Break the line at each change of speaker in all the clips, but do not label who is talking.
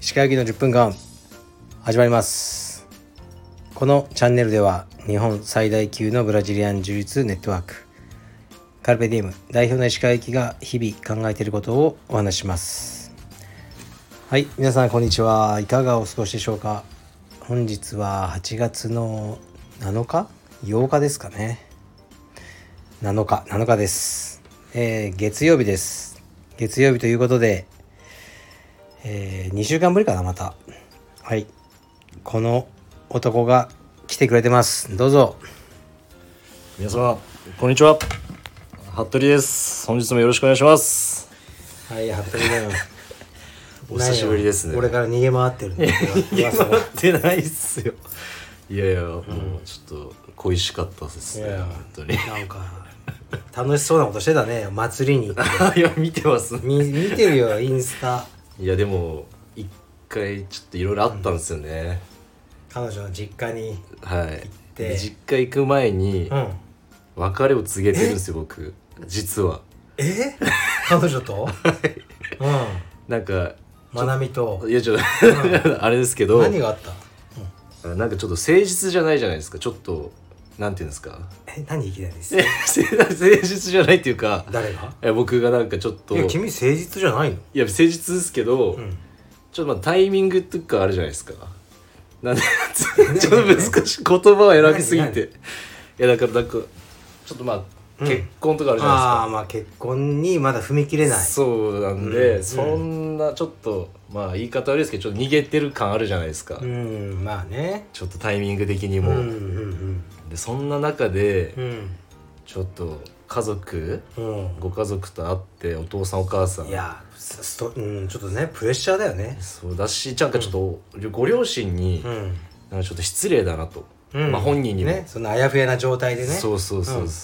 石川由紀の10分間始まりますこのチャンネルでは日本最大級のブラジリアン柔術ネットワークカルペディウム代表の石川由紀が日々考えていることをお話ししますはい皆さんこんにちはいかがお過ごしでしょうか本日は8月の7日8日ですかね7日7日です、えー月曜日です月曜日ということでえ2週間ぶりかなまたはいこの男が来てくれてますどうぞ
皆様こんにちは服部です本日もよろしくお願いします
はい服部君
お久しぶりですね
俺から逃げ回ってるんだけど
待ってないっすよいやいや、もうちょっと恋しかったです
い
ね
や
本当に
なんか楽しそうなことしてたね祭りに行って
いや見てます
み見てるよインスタ
いやでも一回ちょっといろいろあったんですよね、
彼女の実家に
はい
て
で実家行く前に
うん
別れを告げてるんですよ僕実は
え彼女 とうん
なんか
まなみと
いやちょっと あれですけど
何があった
なんかちょっと誠実じゃないじゃないですかちょっとなんていうんですか
え何いきなりです
え誠実じゃないっていうか
誰が
え僕がなんかちょっと
い
い
や
や
君誠実じゃないの
誠実ですけど、
うん
ちょっとまあタイミングとかあるじゃないですかなんでちょっと難しい言葉を選びすぎ
何
ていやだからなんかちょっとまあ、
うん
結婚とかあるじゃ
ああ
な
ーまあ結婚にまだ踏み切れ
いで
ない
すかそうなんで、
うん
そんなちょっとまあ言い方悪いですけどちょっと逃げてる感あるじゃないですか、
うんまあね
ちょっとタイミング的に
う
も、
んうん
でそんな中で、
うん
ちょっと家族
うん
ご家族と会ってお父さんお母さん
いやススト、うん、ちょっとねプレッシャーだよね
そうだしなんかちょっと、ご両親に、
うん、
なんかちょっと失礼だなと、
うん、
まあ本人にも、
ねそんなあやふやな状態でね
そうそうそう、
うん
ち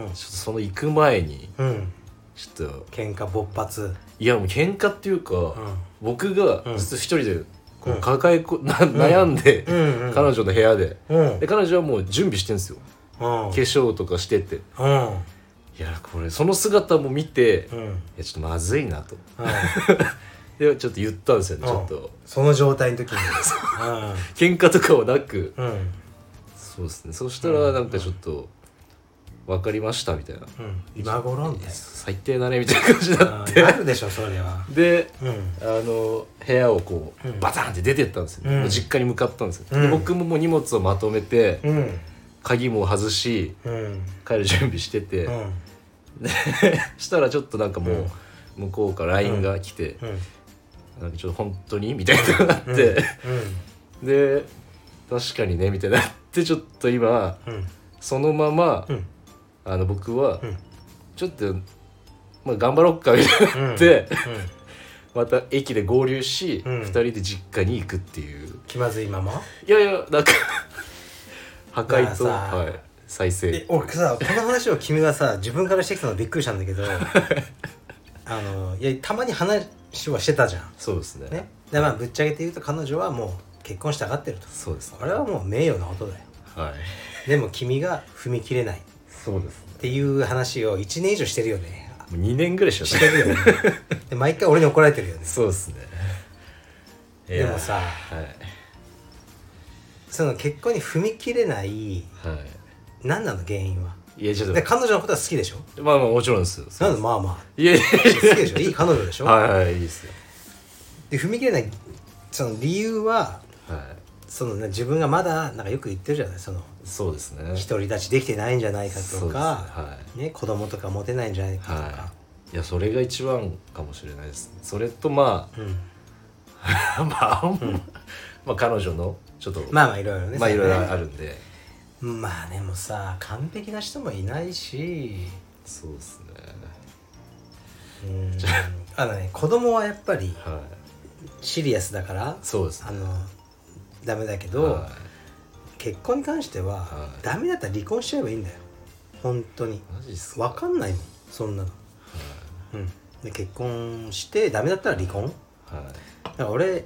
うん
っとその行く前に
うん
ちょっと
喧嘩勃発
いやもう喧嘩っていうか、僕がずっと一人でこう
うん
抱えこ、な悩んで、
うんうんうん
彼女の部屋で
うんうん
で彼女はもう準備してんですよ
うん
化粧とかしててい
うん
やこれその姿も見て、
う
い
ん
やちょっとまずいなと
う
でちょっと言ったんですよね、
ん
ちょっと
その状態の時に
喧嘩とかはなく
うんうん
そうですねそしたらなんかちょっと「分かりました」みたいな
うん今頃みたい
「最低だね」みたいな感じにな
な
っ
うん
て
あるでしょそれは
で
うん
あの部屋をこう、
うん
バタンって出てったんですよ、ね
うん
もう実家に向かったんですよ、
う
で
ん
僕ももう荷物をまとめて、
うん
鍵も外し
うん
帰る準備してて、
う
したらちょっとなんかもう、向こうから LINE が来て、
ん
なんかちょっと本当にみたいなのがあって、で確かにねみたいになってちょっと今
うんうん
そのまま、
うん
あの僕は、
うん
ちょっと、まあ、頑張ろっかみたいになって、また駅で合流し、
うん
二人で実家に行くっていう
気まずいまま
いやいやなんか破壊と、
だからさ
はい、再
え
生
俺さこの話を君がさ自分からしてきたのびっくりしたんだけどあのいやたまに話はしてたじゃん
そうですね
ねでまあぶっちゃけて言うと彼女はもう結婚したがってると
そうですね
これはもう名誉なことだよ
はい
でも君が踏み切れないっ
そうですね
ていう話を1年以上してるよね
もう2年ぐらいし
し
か
て
ない
るよねで毎回俺に怒られてるよね
そうですねい
で
や
もさ
はい
その結婚に踏み切れない
は
何なの原因はい
いやちょっ
で彼女のことは好きでしょ
とまあまあもちろんですよ
なんでまあまあ
いやいや
好きでしょいい彼女でしょ、
はいはいいいですよ
で踏み切れないその理由は
は
その、ね、自分がまだなんかよく言ってるじゃないその
いそうですね
独り立ちできてないんじゃないか
そ
と
うですね
か、
はい
ね子供とか持てないんじゃないかと
は
か、
いいやそれが一番かもしれないですねそれとま
うん、
あまあ、まあ彼女のちょっと
まあまあいろいろね
まあいろいろあ
る
るんで
まあでもさ完璧な人もいないし、
そうですね
うん、あのね子供はやっぱり
はい
シリアスだから
そうです
あ
ね
のダメだけど、
はい
結婚に関しては、
はい
ダメだったら離婚しちゃえばいいんだよ本当に
マジっす
分かんないもんそんなの、うん、で結婚してダメだったら離婚
はいはい
だから俺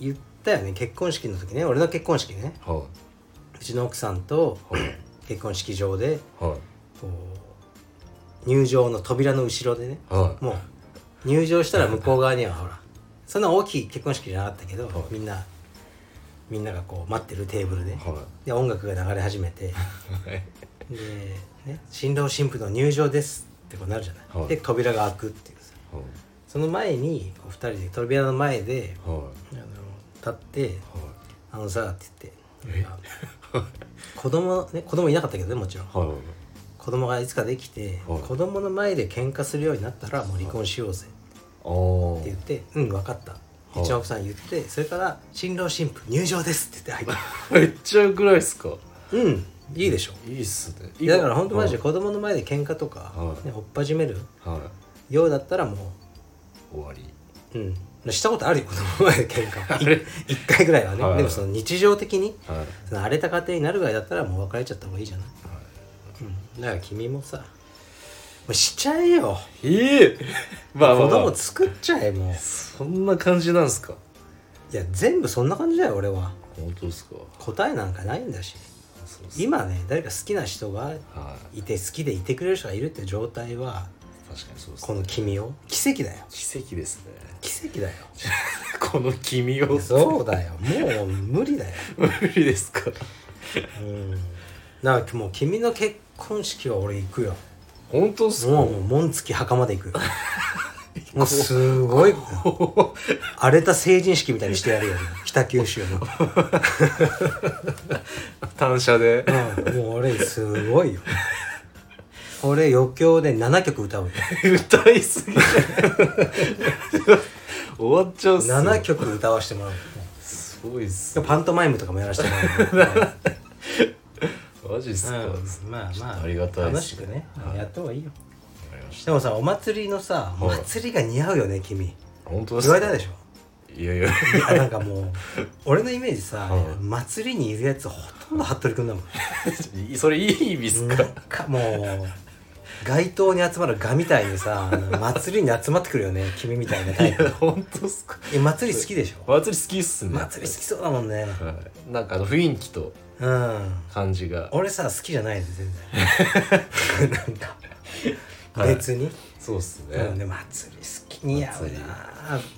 言ったよね結婚式の時ね俺の結婚式ね
は
うちの奥さんと結婚式場で
いはい
こう入場の扉の後ろでね
はい
もう入場したら向こう側にはほらそんな大きい結婚式じゃなかったけど、みんなみんながこう待ってるテーブルで、
は
で音楽が流れ始め て
い
で、ね「新郎新婦の入場です」ってこうなるじゃない、
はい
で扉が開くっていうさ
はい
その前にこう2人で扉の前であ
は
の立って
いは
「あのさ」って言ってなんか子供ね子供いなかったけどねもちろん
いはい
子供がいつかできて、
はい
子供の前で喧嘩するようになったらもう離婚しようぜ
あー
って言って「うん分かった」うちの奥さん言ってそれから「新郎新婦入場です」って言って入っ
めっちゃよくないですか
たうんいいでしょ
いいっすね
いやだから本当マジで子供の前で喧嘩とか、
はい
ね、追っ始める
はい
ようだったらも
終わり
ううんしたことあるよ子供の前で喧
あ
嘩
れ
一回ぐらいはね、
はい
でもその日常的に
はいはい
その荒れた家庭になるぐらいだったらもう別れちゃった方がいいじゃない、うん、だから君もさもうしちゃえよ
ええまあま
子
あ、まあ
供、作っちゃえもう
そんな感じなんですか
いや全部そんな感じだよ俺は
本当ですか
答えなんかないんだし
そうっす
今ね誰か好きな人が
はい
いて好きでいてくれる人がいるって状態は
確かにそうです
この君を奇跡だよ
奇跡ですね
奇跡だよ
この君を
そうだよもう無理だよ
無理ですか
うんだからもう君の結婚式は俺行くよ
本当ですか
もうもう紋付き袴で 行くよもうすごい荒れた成人式みたいにしてやるよ北九州 の、
単車で
うん、もう俺すごいよ俺余興で7曲歌うよ
歌いすぎじゃない終わっちゃうっすよ
7曲歌わせてもらうよ
すごいっす
で
ね
パントマイムとかもやらせてもら うよ
マジっすか、わ
うん、まあまあ
ありがたい
楽
で
し
す
く
ね
ね、
はい
やった方がいいよ
かりました
でもさお祭りのさお
はい
祭りが似合うよね君
本当です
言わ
か
れたでしょ
いやい や
いやなんかもう俺のイメージさ、
はい
祭りにいるやつほとんど服部君だもん
それいい意味っす
な
か
んかもう街頭に集まるガみたいにさあの祭りに集まってくるよね君みたいなタ
い
イプ
や本当っすか
え祭り好きでしょ
祭り好きっすね
祭り好きそうだもんね
はいなんかあの雰囲気と
うん
感じが
俺さ好きじゃないで全 然なんか
はい
別に、
そうっすね、
うん、でも祭り好き似合うな、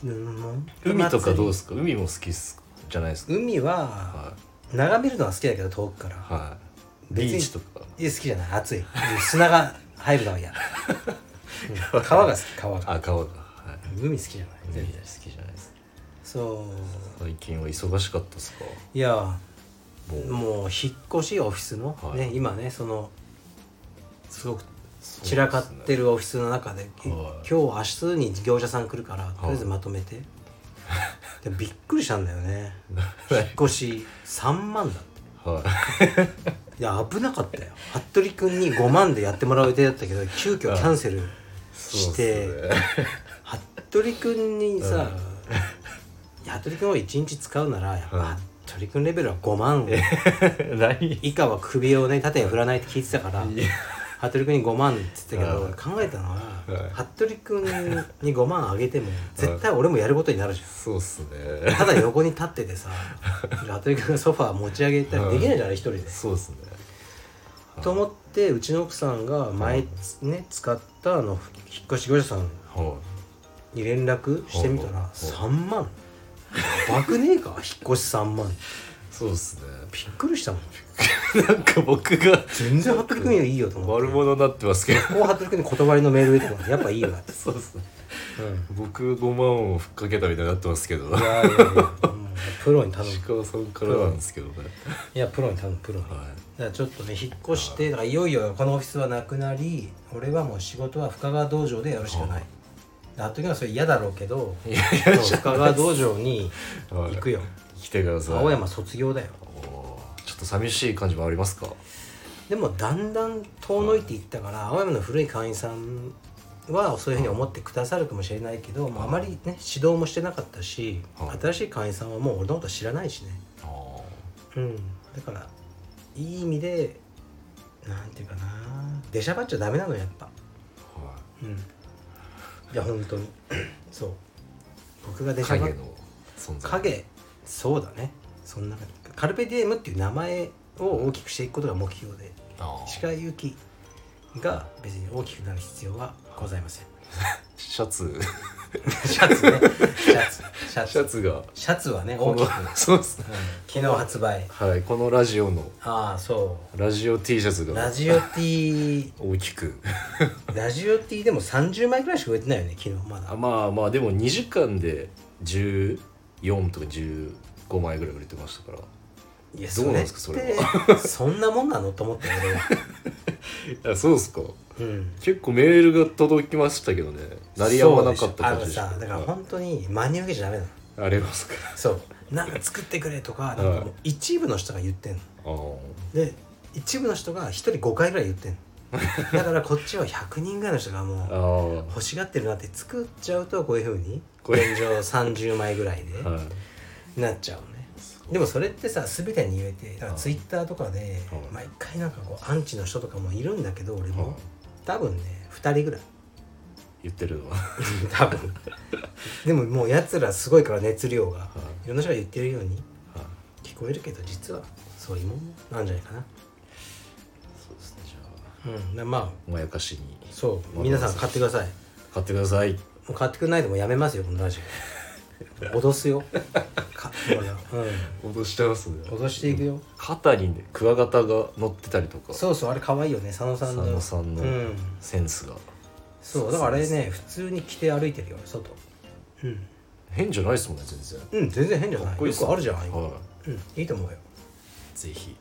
うん、
海とかどう
う
ですか海も好きっすじゃないですか
海は、
は
眺めるのは好きだけど遠くから、
い、はい、
別に
ビーチとか
いや好きじゃない暑い砂が入るのは嫌、 うん川が好き川が
あ川が、はい、
海好きじゃない
海
全
好
然
きじゃないですか
そう
最近は忙しかったっすか
いや
もう
もう引っ越しオフィスの、
はい
ね今ねそのすごく散らかってるオフィスの中でき今日明日に業者さん来るからとりあえずまとめて、 でもびっくりしたんだよね引っ越し3万だって
はい
いや危なかったよ服部君に5万でやってもらう予定だったけど急遽キャンセル
そう
し、
ってすね
服部君にさ、いや服部君を1日使うならやっぱ服部君レベルは5万
何
以下は首をね縦に振らないって聞いてたから
いや
服部君に5万って言ってたけど、
はい
考えたのは、
は
服部君に5万あげても絶対俺もやることになるじゃん。
そうっすね
ただ横に立っててさ 服部君がソファー持ち上げたらできないじゃん、あれ一人で。
そうっすね
と思ってうちの奥さんが前ね使ったあの引っ越し業者さん
は
に連絡してみた
ほう
ら
ほ
3万バくねえ か引っ越し3万
いそうっすね
びっくりしたもん
なんか僕が
全然服部君よりいいよと思って
悪者になってますけど
こう服部君に断りのメール出てもらってやっぱいいよなって、
そうっすね
うん
僕5万をふっかけたみたいになってますけど
いやいやいやもうプロに頼む
石川さんからなんですけどね
いやプロに頼むプロに、だか
は
らちょっとね引っ越してだからいよいよこのオフィスはなくなり俺はもう仕事は深川道場でやるしかないで服部君はそれ嫌だろうけど
いいやいや
そう深川道場に
はい
行くよ
来てください
青山卒業だよ
おーちょっと寂しい感じもありますか
でもだんだん遠のいていったから青山の古い会員さんはそういうふうに思ってくださるかもしれないけど、まああまりね指導もしてなかったし、
はい
新しい会員さんはもう俺のこと知らないしね、
あー
うん、だからいい意味でなんていうかな出しゃばっちゃダメなのよやっぱ、
は
うん、いや本当に そう僕が
い
出しゃばっ
影の存在
影そうだねそんな感じカルペディエムっていう名前を大きくしていくことが目標で
あ
石
ー
川祐希が別に大きくなる必要はございません
シャツ
シャツ ねシャツシャ
シ
ツ
ャツが
シャツはね
こ
大き
の
く、
そうですね
うん昨日発売
はいこのラジオの
ああそ
ラジオ T シャツ
う
が
ラジオ T
大きく
ラジオ T でも30枚ぐらいしか売れてないよね昨日ま
あ
だ
まあまあでも2時間で14とか15枚ぐらい売れてましたから
いや
どうなんですか
れってそんなもんなのと思った俺は
あそうですか
うん
結構メールが届きましたけどね鳴りやまなかった感じでした
そうしょあのさだから本当に真に受けちゃダメなの
あありま すから
そうなんか作ってくれとかなんか
は
も
いう
一部の人が言ってんの
あー
で一部の人が1人5回ぐらい言ってんのだからこっちは100人ぐらいの人がも
あ
う
ー
欲しがってるなって作っちゃうとこういうふうに
これ
現状30枚ぐらいで
はい
なっちゃうねでもそれってさ全てに言えてだから
はい
ツイッターとかで
はい
毎回なんかこうアンチの人とかもいるんだけど俺
はい
も多分ね2人ぐらい
言って るのは
多分でももうやつらすごいから熱量が
はい
ろんな人が言ってるように
はい
聞こえるけど実はそういうもんなんじゃないかな
そうですねじゃあ
うんでま
まやかしに
あそう皆さん買ってください
買ってください
もう買ってくれないでもうやめますよこのラジ オ脅すよかほら
脅してますね
うん脅していくよ
肩にねクワガタが乗ってたりとか
そうそうあれ可愛いよね佐野さんの
佐野さんの
うん、
センスが
そうだからあれね普通に着て歩いてるよ外うん、
変じゃないですもんね全然
うん、全然変じゃない
かっこいいっす
よくあるじゃない、
は
うん、いいと思うよ
いぜひ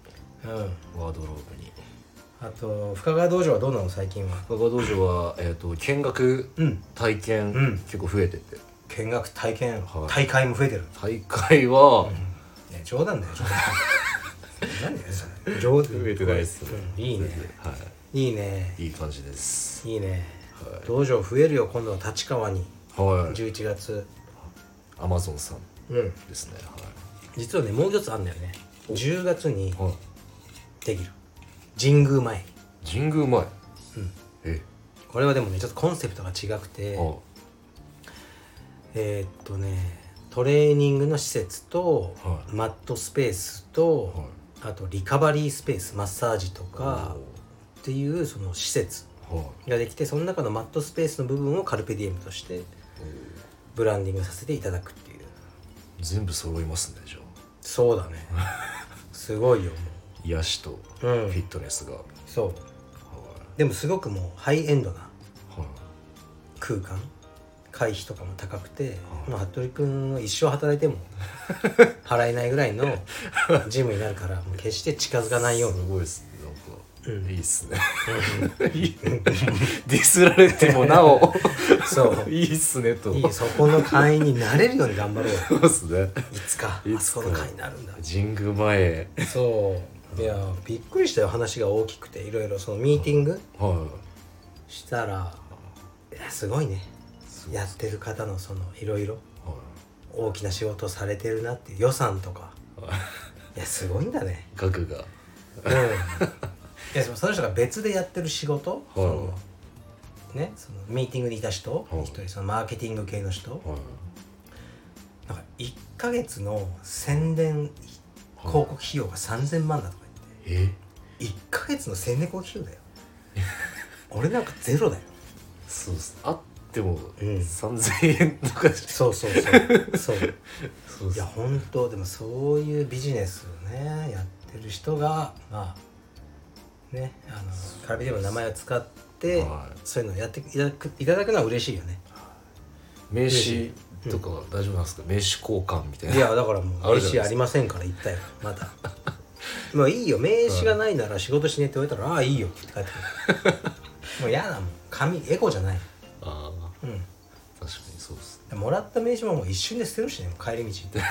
うん
ワードローブに
あと深川道場はどうなの最近は
深川道場は、えー、と見学
うん
体験、
うん
結構増えてて
見学体験、
はい
大会も増えてる、
大会は、
ね、冗談だよ冗 談何だよそれ冗談
増えてないっすね
うんいいね
はい
いいね
いい感じです
いいね、
は
道場増えるよ今度は立川に
はい
11月
アマゾンさん
うん
ですねは
実はねもう一つあんだよね10月に
い、はい、
できる神宮前
神宮前、
うん
え
これはでもねちょっとコンセプトが違くて
あ
えーっとねトレーニングの施設と、
はい
マットスペースと、あとリカバリースペースマッサージとか
は
っていうその施設
いはい
ができてその中のマットスペースの部分をカルペディエムとしてブランディングさせていただくっていう
全部揃いますねじゃ
そうだね すごいよも
あ癒しと
う
フ
うん
ィットネスが、は
そうでもすごくもうハイエンドない
はい
空間会費とかも高くて、まあ、服部君は一生働いても 払えないぐらいのジムになるからもう決して近づかないように
すごいっすねなんか、いいっすね
うん
いいディスられてもなお
そう
いいっすねと
いいそこの会員になれるように頑張ろうよ
そうっすね
いつか
いつか
あそこの会員になるんだ
神宮前
そういやびっくりしたよ話が大きくていろいろそのミーティング
は
したらいやすごいね
いすごい
やってる方のそのいろいろ
は
大きな仕事をされてるなっていう予算とかいやすごいんだね
い額が
うんいやでもその人が別でやってる仕事、そのねそのミーティングにいた人
はい
一人そのマーケティング系の人
はい
なんか1ヶ月の宣伝広告費用が3000万だとか
え
言って1ヶ月の宣伝広告費用 だよ俺なんかゼロだよ
そうっすあっても
うん
3000円とかし
そうそう そうそう
そうっ
い
す
や本当でもそういうビジネスをねやってる人がまあねあのカルビでも名前を使って
はい
そういうのをやっていただくいただくのは嬉しいよね
名刺とか大丈夫なんですか名刺交換みたいない
やだからも
あ
う
る
名
じゃ
刺あ
ないですか
りませんから言ったよまだ もういいよ名刺がないなら仕事しねえって言われたら、ああいいよって帰って くるもう嫌だもん紙エコじゃない
あ
うん
ー確かにそうっす
でもらった名刺ももう一瞬で捨てるしねもう帰り道行って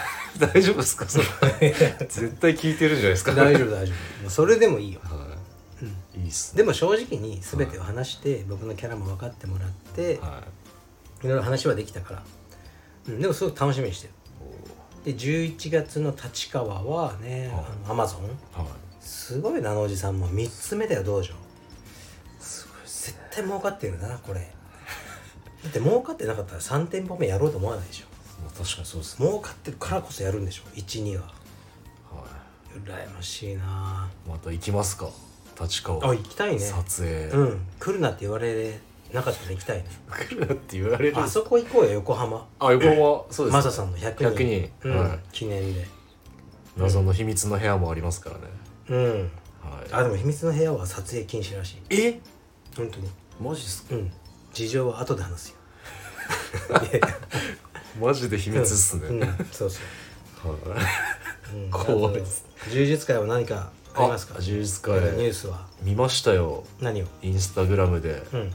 大丈夫ですかそれ 絶対聞いてるんじゃないですか
大丈夫大丈夫もうそれでもいいよ
はい、いいっすね
でも正直に全てを話して僕のキャラも分かってもらって
はい
いろいろ話はできたから、うん、でもすごく楽しみにしてるで11月の立川はね
はい
あのアマゾン
おーはい
すごいなのおじさんも3つ目だよ道場
すごいっす
絶対儲かってるなこれだって儲かってなかったら3店舗目やろうと思わないでしょ
まあ確かにそうっすね
儲かってるからこそやるんでしょ12は
は
羨ましいない
また行きますか立川
あ行きたいね
撮影、
うん来るなって言われ中ちゃんと行きたいね
来るなって言われる
あそこ行こうよ横浜
あ横浜そうで
マ
す
サさんの100人
100人
うん
はい
記念で
謎の秘密の部屋もありますからね
うん
は
あでも秘密の部屋は撮影禁止らしい
いえ
本当に
マジっすか
うん事情は後で話すよ
マジで秘密っす
うん
ね
そうそう
はい
うん
怖い
あ
っす
と柔術界は何かありますか
あ柔術
な
界
んかニュースは
見ましたよ
何を
インスタグラムで
うん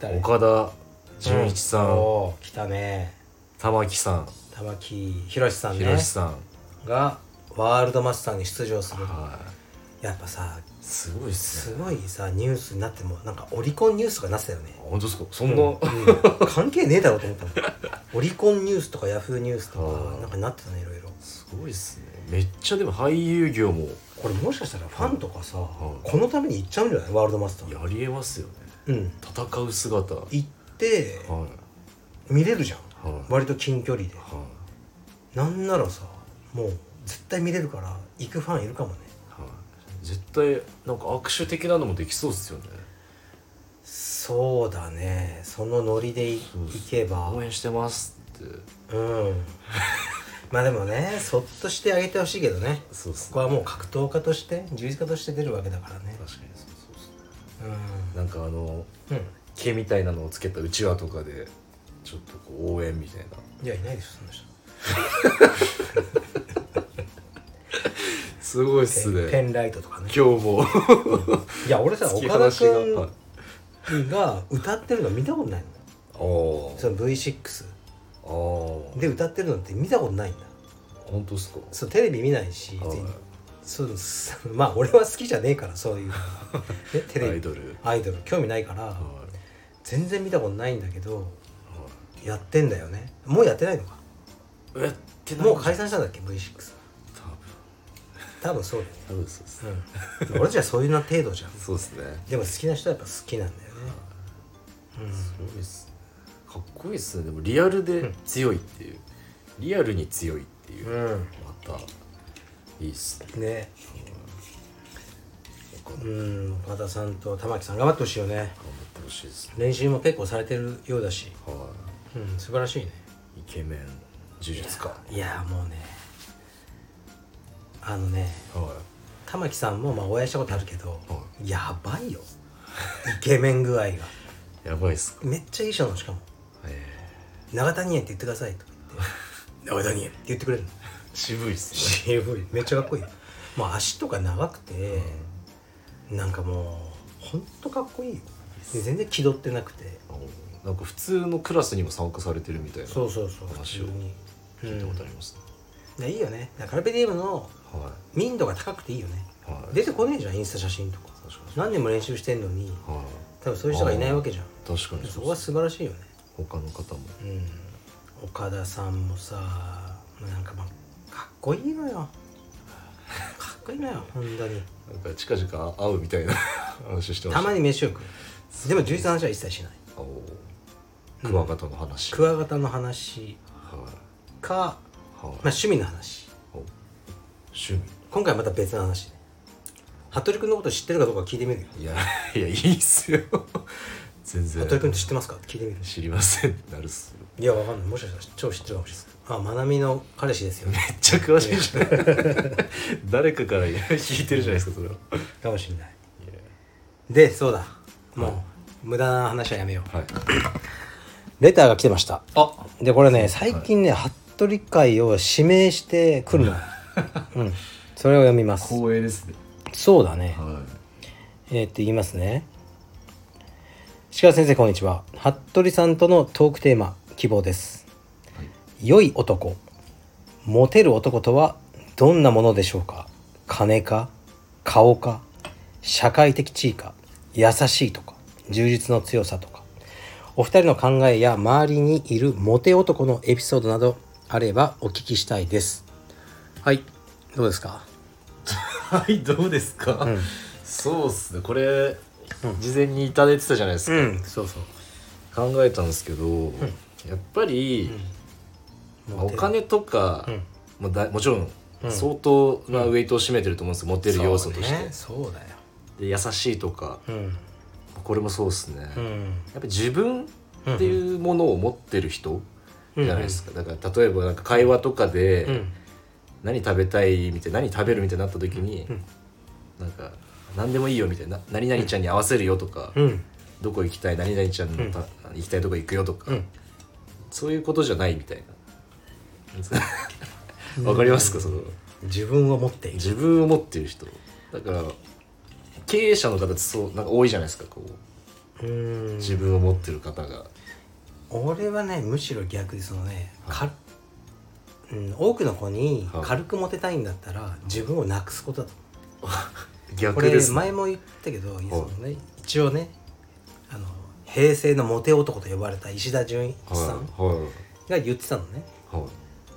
誰
岡田准一さ
うん
ん
おー来たね
玉木さん
玉木宏さん
ひろ
ね
しさん
がワールドマスターに出場する
は
やっぱさ
いすごいっす
す
ね
ごいさニュースになってもなんかオリコンニュースとかなってたよね
あ本当ですかそんな
うん関係ねえだろうと思ったもんオリコンニュースとかヤフーニュースとか
あー
なんかなってたねいろいろ
すごいっすねめっちゃでも俳優業も
これもしかしたらファンとかさ、
ん
このために行っちゃうんじゃないワールドマスター
やりえますよね
うん
戦う姿はい
行って
はい
見れるじゃん
はい
割と近距離でなんならさもう絶対見れるから行くファンいるかもね
はい絶対なんか握手的なのもできそうっすよね
そうだねそのノリでい
そうっす
行けば
応援してますって
うんまあでもねそっとしてあげてほしいけどね
そうっす
ここはもう格闘家として充実家として出るわけだからね
確かにそうそうそ
うん
うなんかあの
うん
毛みたいなのをつけたうちわとかでちょっとこう応援みたいない
やいないでしょそんな人
すごいっす
ペン
ね
ペンライトとかね
今 日も
いや俺 さ
突き
岡
放
田
しがはい
君が歌ってるの見たことないの
お
そ
ー
の V6
おー
で歌ってるのって見たことないんだ
本当っすか
そうテレビ見ないし別に
はい
そうすまあ俺は好きじゃねえからそういう のねテレ
アイ
ビ
ドル
アイドル興味ないから
はい
全然見たことないんだけど
はい
やってんだよねもうやってないのか
やってない
もう解散したんだっけ V6
多
多
分
分そう
多分そうです
だよね、うん、俺じゃそういうな程度じゃん
そうですね
でも好きな人はやっぱ好きなんだよね
すごいっすかっこいいっすねでもリアルで強いっていう、リアルに強いっていう、ま
ん、
たいいっす
う
ね
ん、ね
こんな
うん岡田さんと玉木さん頑張ってほしいよね
頑張ってほしいですね
練習も結構されてるようだし、
は
うん、素晴らしいね
いイケメン呪術家
いやーもうねあのね
は
玉木さんもまあお会いしたことあるけど、
は
やばいよイケメン具合が
いやばいっすか
めっちゃいい人なのしかも
え
「長谷園って言ってください」とか言 って「長谷園って言ってくれるの
え渋いっすね
渋いめっちゃかっこいいよもう足とか長くて、なんかもうほんとかっこいいよで全然気取ってなくて
あのなんか普通のクラスにも参加されてるみたいな
そうそうそう普
話
通
を
に
聞いたことありますね、
でいいよねだからカルペディウムの
は
民度が高くていいよね
いはい
出てこねえじゃんインスタ写真とか
確かに
何年も練習してんのに
はい
多分そういう人がいないわけじゃん
確かに
そ
そ
こ
うっ
は
す
素晴らしいよね
他の方も
うん岡田さんもさまあなんかまあかっこいいのよかっこいいのよ本当に
なんか近々会うみたいな 話してまし
た
た
まに飯を食うでも11の話は一切しない
あのクワガタの話、
クワガタの話
はい
か、ま
はい
あ、趣味の話
お趣味
今回はまた別の話ね服部君のこと知ってるかどうか聞いてみるよ
いや いやいいっすよ 全然
服部君って知ってますかって聞いてみる
知りませんってなるっすよ
いやわかんないもしかしたら超知ってるかもしれないあまなみの彼氏ですよね
めっちゃ詳しいじゃ ん誰かから 聞いてるじゃないですかそれは
かもしれないでそうだもう、
はい
無駄な話はやめよう
はい
レターが来てました
あ
でこれね最近ね、服部会を指名してくるの、うん、それを読みます
栄ですね
そうだね、
は
えーって言いますね鹿先生こんにちは服部さんとのトークテーマ希望です、
は
良い男モテる男とはどんなものでしょうか金か顔か社会的地位か優しいとか充実の強さとかお二人の考えや周りにいるモテ男のエピソードなどあればお聞きしたいですはいどうですか
い、はい、どうですか、
うん
そうっすねこれ、事前にいただいてたじゃないですか、
んそうそう
考えたんですけど、やっぱり、まあお金とか、
うん
まあ、だもちろん
うん
相当なウェイトを占めてると思うんですよ、モテる要素として、
そうだよ
で優しいとか
うん
これもそうです
う
ね、やっ
ん
ぱ自分っていうものを持ってる人じゃないですか、だから例えばなんか会話とかで、
うん
何食べたいみたいな何食べるみたいになった時に、
うん
なんか何でもいいよみたいな何々ちゃんに合わせるよとか、
うん
どこ行きたい何々ちゃんのた、行きたいとこ行くよとか、
うん
そういうことじゃないみたいなわかりますかその
自分を持っている
自分を持っている人だから経営者の方ってそうなんか多いじゃないですかこう
うん
自分を持ってる方が、
俺はねむしろ逆でそのね、かうん、多くの子に
はい
軽くモテたいんだったら自分をなくすことだとこ
逆
れ
ですね
前も言ったけどいやそのね一応ねあの平成のモテ男と呼ばれた石田純一
はい
さん
はい
が言ってたのね、
はい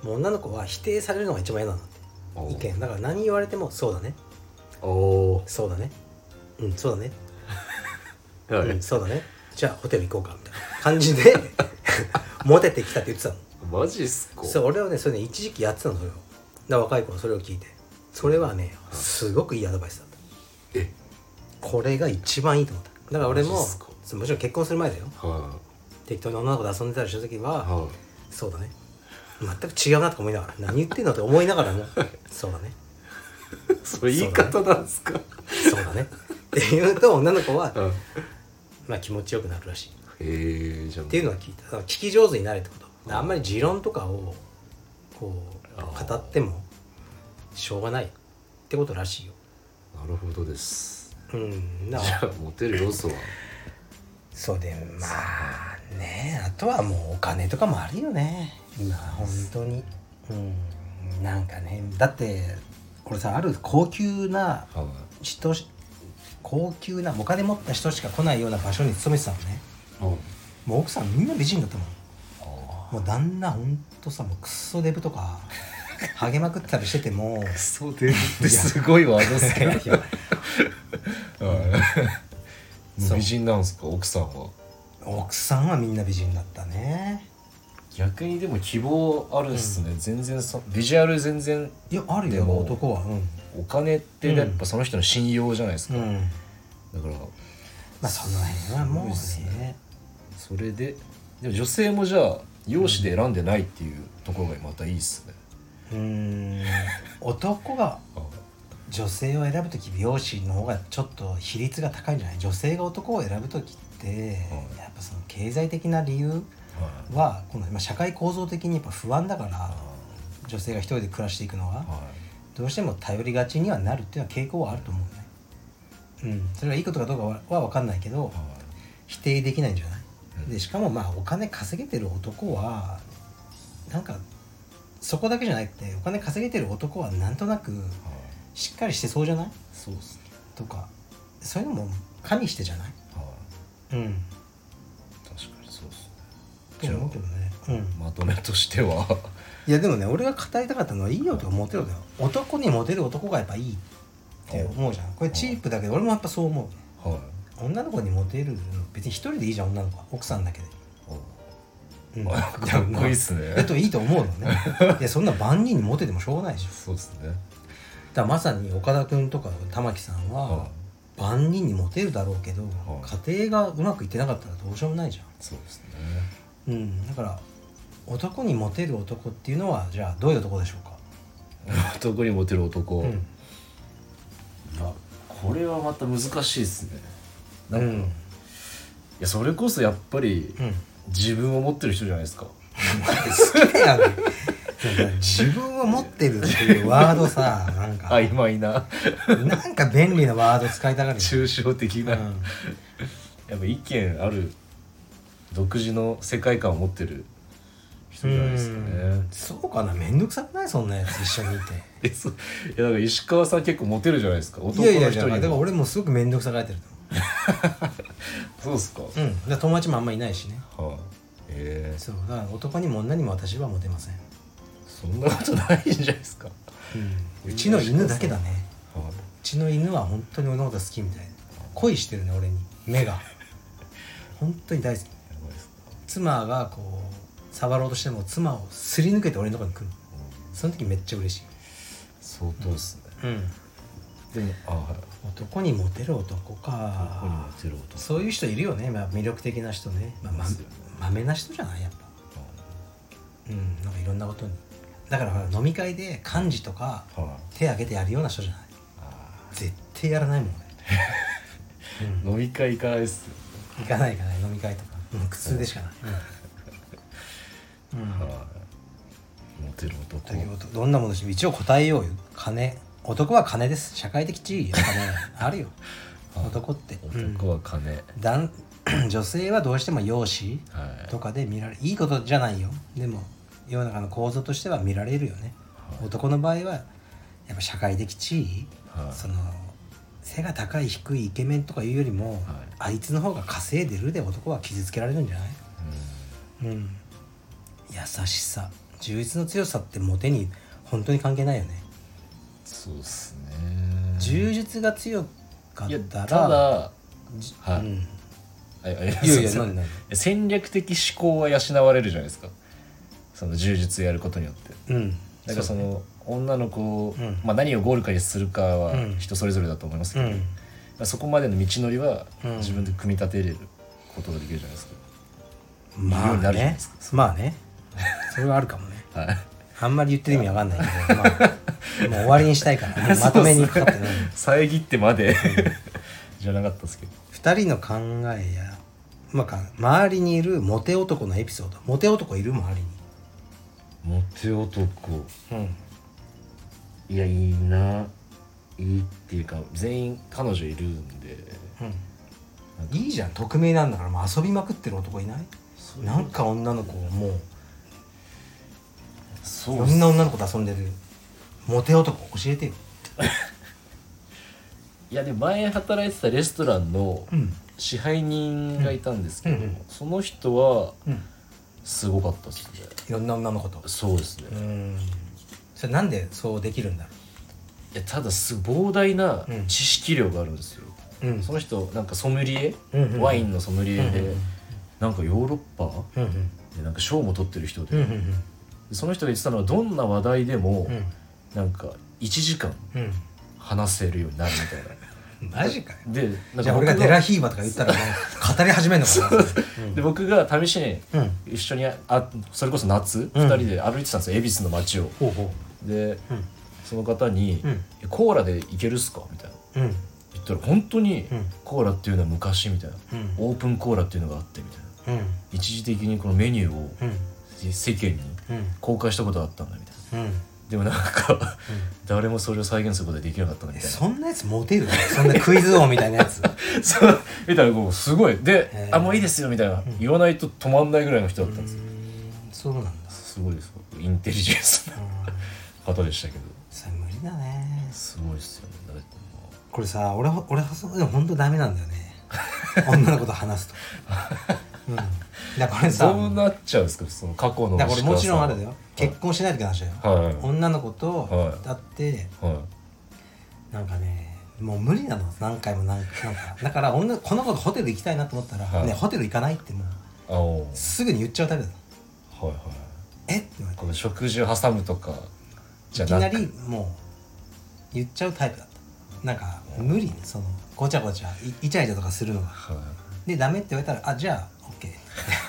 もう女の子は否定されるのが一番嫌なんだって
お
意見だから何言われてもそうだね
お
そうだねうんそうだね、
ーはい、
うんそうだねじゃあホテル行こうかみたいな感じ でモテてきたって言ってたの
マジっすか
そう俺はねそれね一時期やってたのそれをだから若い頃それを聞いてそれはねすごくいいアドバイスだった
え
これが一番いいと思っただから俺も
マジっすか
そうもちろん結婚する前だよ
は
適当に女の子と遊んでたりした時
い
は
は
そうだね全く違うなとか思いながら何言ってんのって思いなが らもそうだね
いそれ言い方なんですか
そうだねって言うと女の子は
うん
まあ気持ちよくなるらしいっ
へえじゃあ
ていうのは聞いただから聞き上手になれってことだからあんまり持論とかをこ
あ
う
ー
語ってもしょうがないってことらしいよ
なるほどです
うん
じ
だから
ゃあモテる要素は
そうでまあねあとはもうお金とかもあるよね今本当にうんなんかねだってこれさある高級な
はい
人し高級なお金持った人しか来ないような場所に勤めてたのね
はい
もう奥さんみんな美人だったもん
あ
もう旦那ほんとさもうクソデブと かハゲまくったりしてて も
あそうでですごいワードです
いや いやそう
美人なんですか奥さんは
奥さんはみんな美人だったね
逆にでも希望あるっすね、全然そビジュアル全然
いやある
で
よ
も
男はうん
お金ってやっぱその人の信用じゃないですか、
うん
だから
まあその辺はもう
すごいっす
ね
それででも女性もじゃあ容姿で選んでないっていうところがまたいいっすね、
うーん男が女性を選ぶ時美容師の方がちょっと比率が高いんじゃない女性が男を選ぶ時って
うん
やっぱその経済的な理由はこのまあ社会構造的にやっぱ不安だから女性が一人で暮らしていくのは。どうしても頼りがちにはなるっていうのは傾向はあると思うねうんそれがいいことかどうかはは分かんないけど否定できないんじゃないでしかもまあお金稼げてる男はなんかそこだけじゃなくてお金稼げてる男はなんとなくしっかりしてそうじゃない
そうっすね
とかそういうのも加味してじゃないうん
確かにそうっすね
と思うけどねうん
まとめとしては
いやでもね俺が語りたかったのはいいよとかモテろだよ男にモテる男がやっぱいいって思うじゃんこれチープだけど俺もやっぱそう思う
はい
女の子にモテるの別に一人でいいじゃん女の子は奥さんだけで、うん、
あかっこいいっすね
だといいと思うのねいやそんな万人にモテてもしょうがないでしょ
そうっすね
だからまさに岡田君とか玉木さんは万人にモテるだろうけど
はい
家庭がうまくいってなかったらどうしようもないじ
そうですね
ゃん、うん、だから男にモテる男っていうのはじゃあどういう男でしょうか、
男にモテる男、
うん
これはまた難しいですね
う
なんか、い
ん
やそれこそやっぱり
うん、
自分を持ってる人じゃないですか
好きだよねなんか自分を持ってるっていうワードさなんか
曖昧な
なんか便利なワード使いたがるよね
抽象的な、
うん
やっぱ意見ある独自の世界観を持ってる人じゃないですかね
そうかな面倒くさくないそんなやつ一緒にいて
えそういやだから石川さん結構モテるじゃないですか男
いやい
の
やいや
人
だか
に
ら
も
俺もすごく面倒くさがられてると
そうですか、
思ううんだから友達もあんまいないしね
はい、えー
そうだから男にも女にも私はモテません、
そんなことないんじゃないですか、は
うちの犬だけだね
いう
ちの犬は本当に俺のこと好きみたい恋してるね俺に目が本当に大好き
やばいっすか
妻がこう触ろうとしても妻をすり抜けて俺のとこに来るの
うん
その時めっちゃ嬉しい
相当ですね、
うん
でもあはい
男にモテる男
ここに
か
もゼロと
そういう人いるよね、まあ、魅力的な人ね、まあ、ままめな人じゃないやっぱうんなんかいろんなことにだからほら飲み会で幹事とか
は
手挙げてやるような人じゃない
あ
絶対やらないもんね、
ー飲み会行かないっす
うん、行かない行かない飲み会とかもう苦痛でしかない、うんうん
はいモテる男
だけどどんなものでしょう一応答えようよ金男は金です社会的地位よ金 あるよ男って、うん
男は金、
男 女性はどうしても容姿
はい
とかで見られいいことじゃないよでも世の中の構造としては見られるよね、
はい
男の場合はやっぱ社会的地位、
はい
その背が高い低いイケメンとかいうよりも、あいつの方が稼いでるで男は傷つけられるんじゃないうん優しさ充実の強さってモテに本当に関係ないよね
そうっすね
柔術が強かっ
いや
たら
ただはい、
うん、
あいやいや
いやいや
そう
何何
戦略的思考は養われるじゃないですかその柔術やることによって
うん
だからその女の子を、
うん
まあ、何をゴールかにするかは
うん
人それぞれだと思いますけ
う
ど、
ん
まあそこまでの道のりは
うん
自分で組み立てれることができるじゃないですか、
ま
よう
あ
になるじゃない
ね
ですか
まあねそれはあるかもね
はい
あんまり言ってる意味わかんないけど、 まあ、もう終わりにしたいからもうまとめにかかってない
遮ってまで じゃなかったですけど
2人の考えや、まあか、周りにいるモテ男のエピソードモテ男いる周りに
モテ男
うん
いやいいないいっていうか全員彼女いるんで
うんいいじゃん匿名なんだからもう遊びまくってる男いないなんか女の子をもう
そ
いうろ
っす
んな女の子と遊んでるモテ男教えてよ
いやでも前働いてたレストランの
ん
支配人がいたんですけど、
うんうん
その人は
うんい
すごかったですね
ろんな女の子と
そうですね、
う
い
んそれなんでそうできるんだろ
やただす膨大な
うん
知識量があるんですよ、
ううん
その人なんかソムリエ、
うんうんうん
ワインのソムリエで、
うんうんうん
なんかヨーロッパ
うんうん
でなんか賞も取ってる人
う
で、
んうん
その人が言ってたのはどんな話題でも、
うん
なんか1時間
うん
話せるようになるみたいな
マジかよ
でなん
じゃあ
か
俺
僕
が
が
デラヒーバとか言ったらもう語り始めるのかな
で僕が試しに
うん
一緒にあそれこそ夏、
うん
二2人で歩いてたんですよ恵比寿の街を
ほうほ
で
ううん
その方に、
うん
えコーラでいけるっすか?」みたいな
うん
言ったら本当に、
うん
コーラっていうのは昔」みたいな、
うん
オープンコーラっていうのがあって」みたいな
うん
一時的にこのメニューを
うん
世間に
うん
公開したことがあったんだみたいな
うん
でもなんか 誰もそれを再現することはできなかったんだみたいな
そんなやつモテるそんなクイズ王みたいなや つ
そうみたいなこうすごいで
へ
「
ー
あもういいですよ」みたいな言わないと止まんないぐらいの人だったんですよ
そうなんだ
すごいですインテリジェンスな方でしたけど
それ無理だね
すごいですよねだっても
これさ俺は俺はそういうの本当ダメなんだよね女の子と話すと、うん、だからこれ
う
さ
どうなっちゃうんですかその過去の
だからこれもちろんあれだよ
石
結婚しない時の話だよ、
川さんはい
女の子と
はい
だって
は
なんかねもう無理なの何回も何回もなんかだから女この子とホテル行きたいなと思ったら、
はい
ねホテル行かないってもう
いあおはい
すぐに言っちゃうタイプだよ
はい
えって言われて
この食事を挟むとかじ
い
ゃ
き
な
な
く
りもう言っちゃうタイプだったなんか無理そのごちゃごちゃいイチャイチャとかするのが
は
でダメって言われたらあじゃあ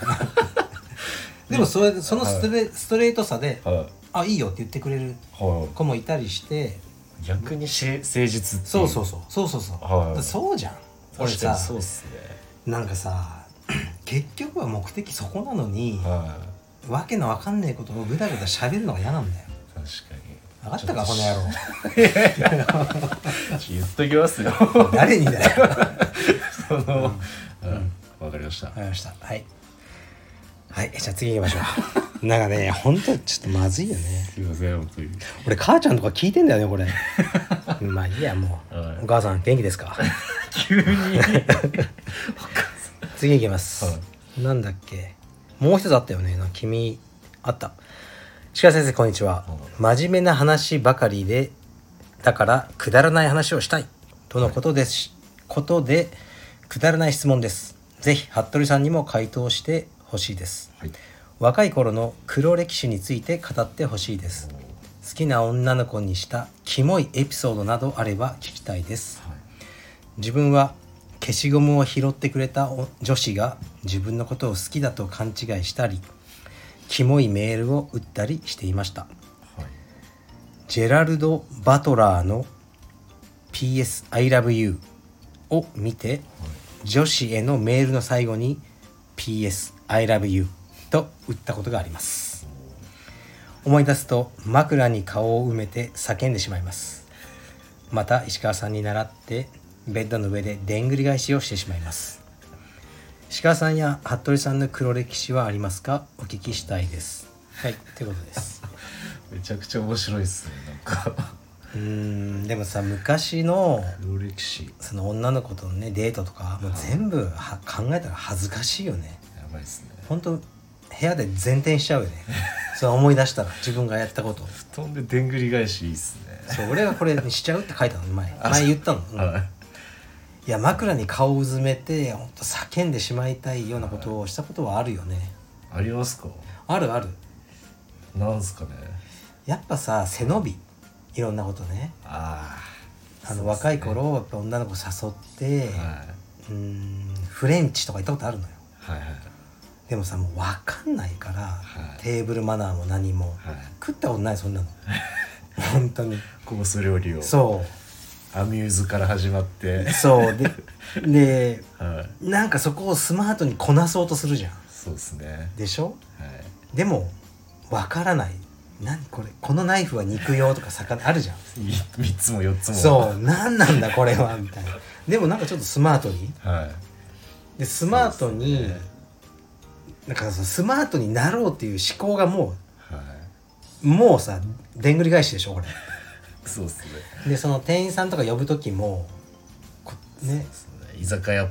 OK でもそれそのストレ,、ストレートさで
いはい
あいいよって言ってくれる
は
子もいたりして
い逆にし誠実ってい
そうそう
う
そうそうそうそう、
はい
そうじゃん俺
確
さ
かにそうっすね
なんかさ 結局は目的そこなのに、
は
わけのわかんないことをぐだぐだ喋るのが嫌なんだよ
い確かに
分かったかこの野郎
言っときますよ
誰にだ よ
その、うんわかりました、
わかりましたはいはいじゃあ次行きましょ うなんかねほんとちょっとまずいよね
すいません本当に
俺母ちゃんとか聞いてんだよねこ れまあいいやもう、
はい
お母さん元気ですか
急に
次いきます、
は
なんだっけもう一つあったよねなんか君あった鹿先生こんにちは真面目な話ばかりでだからくだらない話をしたいとのことですし、ことでくだらない質問ですぜひ服部さんにも回答してほしいです
はい
若い頃の黒歴史について語ってほしいです好きな女の子にしたキモいエピソードなどあれば聞きたいです自分は消しゴムを拾ってくれたお女子が自分のことを好きだと勘違いしたりキモいメールを打ったりしていました
はい
ジェラルド・バトラーの PS I love you を見て、女子へのメールの最後に PS I love you と打ったことがあります思い出すと枕に顔を埋めて叫んでしまいますまた石川さんに習ってベッドの上ででんぐり返しをしてしまいます石川さんや服部さんの黒歴史はありますかお聞きしたいですはいということです
めちゃくちゃ面白いですねなんか
うーんでもさ昔の
黒歴史や
その女の子とのねデートとかもう全部は考えたら恥ずかしいよね
ばいですね
本当部屋で前転しちゃ うよねそれ思い出したら自分がやったこと
布団ででんぐり返しいいっすね
そう俺がこれにしちゃうって書いたの前前言ったの、うん
はい
いや枕に顔をうずめて本当叫んでしまいたいようなことをしたことはあるよね
ありますか
あるある
なんすかね
やっぱさ背伸びいろんなことね
あ
あの若い頃やっぱ女の子誘って、
あ、はい、
うーんフレンチとか行ったことあるのよ
はいはい
でもさもう分かんないから、
い
テーブルマナーも何も、
はい
食ったことないそ んなの本当に
コース料理を
そ
アミューズから始まって
うそうでで
はい
なんかそこをスマートにこなそうとするじゃん
そうですね
でしょ
はい
でも分からない何これこのナイフは肉用とか魚あるじゃん
い三つも四つも
そう何なんだこれはみたいなでもなんかちょっとスマートに
はい
でスマートに、
そうですね
なんかそのスマートになろうっていう思考がも
は
うもうさでんぐり返しでしょこれ
いそうですね
でその店員さんとか呼ぶ時もこね
そうですね居酒屋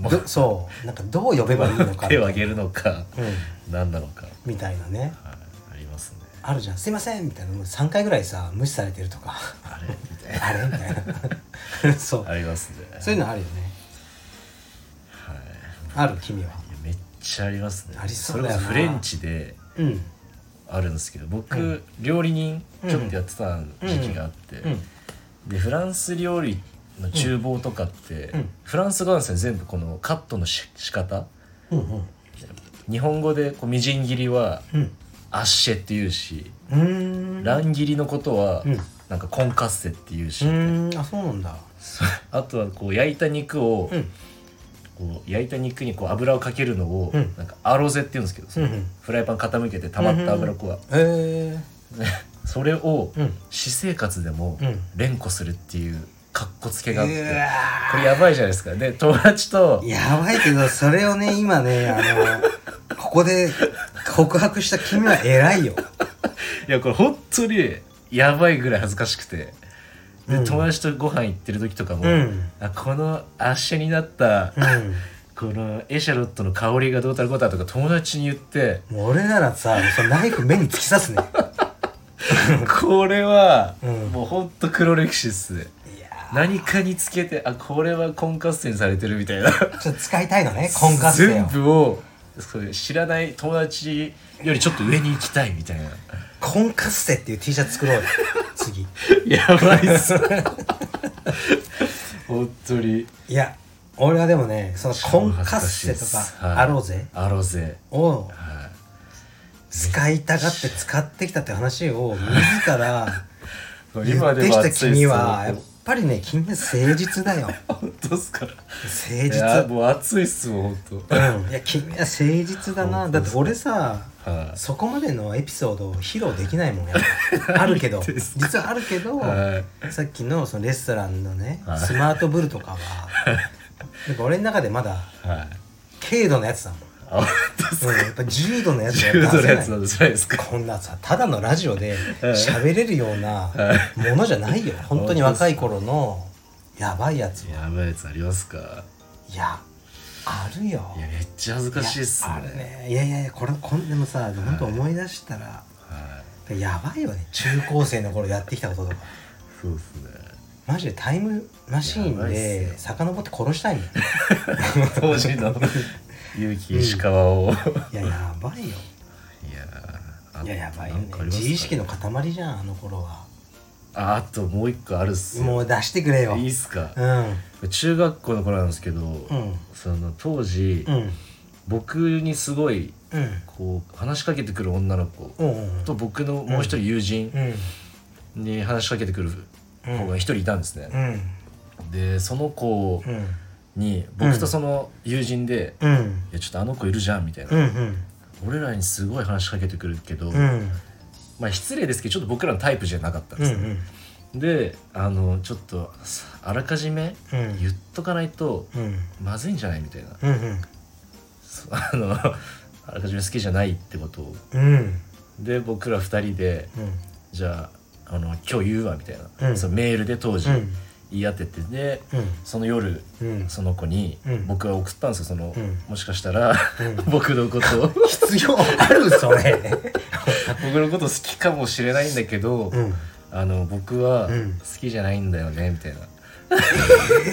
も
どそうなんかどう呼べばいいのか
手を挙げるのか
うん、
何なのか、はい、
みたいなね
ありますね
あるじゃん「すいません」みたいなもう3回ぐらいさ無視されてるとか
あれみたい
あれみたいな そう
なありますね
そういうのあるよね
はい
ある君はい
やめっちゃありますね
ありそうだよな
れこそフレンチで
うん
あるんですけど僕、
うん
料理人ちょっとやってた時期があって、
うん
でフランス料理の厨房とかって、
うん
フランス語なんですよ全部このカットのし仕方
うんうん
日本語でこうみじん切りは
うん
アッシェって言うし、
うーんう
乱切りのことは、
うん
なんかコンカッセって言うし、
ーんあそうなんだ
あとはこう焼いた肉を、
うん
こう焼いた肉にこう油をかけるのを、
うん
なんかアロゼって言うんですけど、その
うんうん
フライパン傾けて溜まった油をこう、
え
それを、
ー、うん
私生活でも
うん
連呼するっていうかっこつけがあって、
うわー
これやばいじゃないですかで友達と
やばいけど、それを ね、今ね、あの、ここで告白した君は偉いよ。
いやこれ本当にやばいぐらい恥ずかしくてで、
うん
友達とご飯行ってる時とかも、
うん
あこのアシャになった、
う
このエシャロットの香りがどうたらこうたらとか友達に言って
ん。もう俺ならさ、そのナイフ目に突き刺すね。
これは、
うん
もうほんと黒歴史っすね
いや
何かにつけてあこれは婚活戦されてるみたいな
ーちょっと使いたいのね、婚活性
全
を。
部をそれ知らない友達よりちょっと上に行きたい みたいな
婚活性っていう T シャツ作ろうよ。次。
やばいっす 本当に
いや、俺はでもね、その婚活性と
超恥ずかしいですはい
か、あろうぜ、
アロゼ
を
はい
使いたがって使ってきたって話を自ら言
今
っ
で
て
も
き
熱
た
いっすね
君は、やっぱりね、君は誠実だよ。
本当っすか
誠
い
実。
やもう熱いっすもん本当
うん、いや君は誠実だな
本
だ
当
っ
で
て
す
俺さ
は
そこまでのエピソードを披露できない もんやっぱあるけど
何言ってんすか
実はあるけど、
はい
さっきのそのレストランのね、
はい
スマートブルと かはなんか俺の中でまだ
いはい
軽度のやつだもん、
あ本当っす
うん、やっぱ重度のやつ
重度のやつ
出せ
な
ない
んじゃないですか
こんなさただのラジオで
はい
喋れるようなものじゃないよ本当に若い頃のやばいやつ
やばいやつありますか
いやあるよ
いやめっちゃ恥ずかしいっすね
いやあるねいやいやいやこれこんでもさ本当思い出したら、
はい
やばいよね中高生の頃やってきたこととか
そうっすね
マジでタイムマシー
やば
ン
いっす
で
よ
遡って殺したいんだよ
当時の勇気石川を、い
いややばいよ
やあ
いややばいよ
なん
ね
かありますか
自意識の塊じゃんあの頃は
ああともう一個あるっすよ
もう出してくれよ
いいっすか
う、ん
中学校の頃なんですけど、
うん
その当時、
うん
僕にすごい
うん
こう話しかけてくる女の子
うんうん
と僕のもう一人友人
うん
に話しかけてくる子が一人いたんですね、
うん
でその子
うん
に僕とその友人で「
うん
いやちょっとあの子いるじゃん」みたいな、
うん
俺らにすごい話しかけてくるけど、
うんうん
まあ失礼ですけどちょっと僕らのタイプじゃなかったん
う
です、
ん
であのちょっとあらかじめ
うん
言っとかないと
うん
まずいんじゃないみたいな
うんうん
そうあのあらかじめ好きじゃないってことを
うん
で僕ら2人で
うん
じゃああの今日言うわみたいな、
うん
そのメールで当時
うん
言い当ててで
うん
その夜
うん
その子に
うん
僕は送ったんですよその、
うん
もしかしたら
うん
僕のことを
必要あるそれ
僕のこと好きかもしれないんだけど、
うん
あの僕は
うん
好きじゃないんだよねみたいな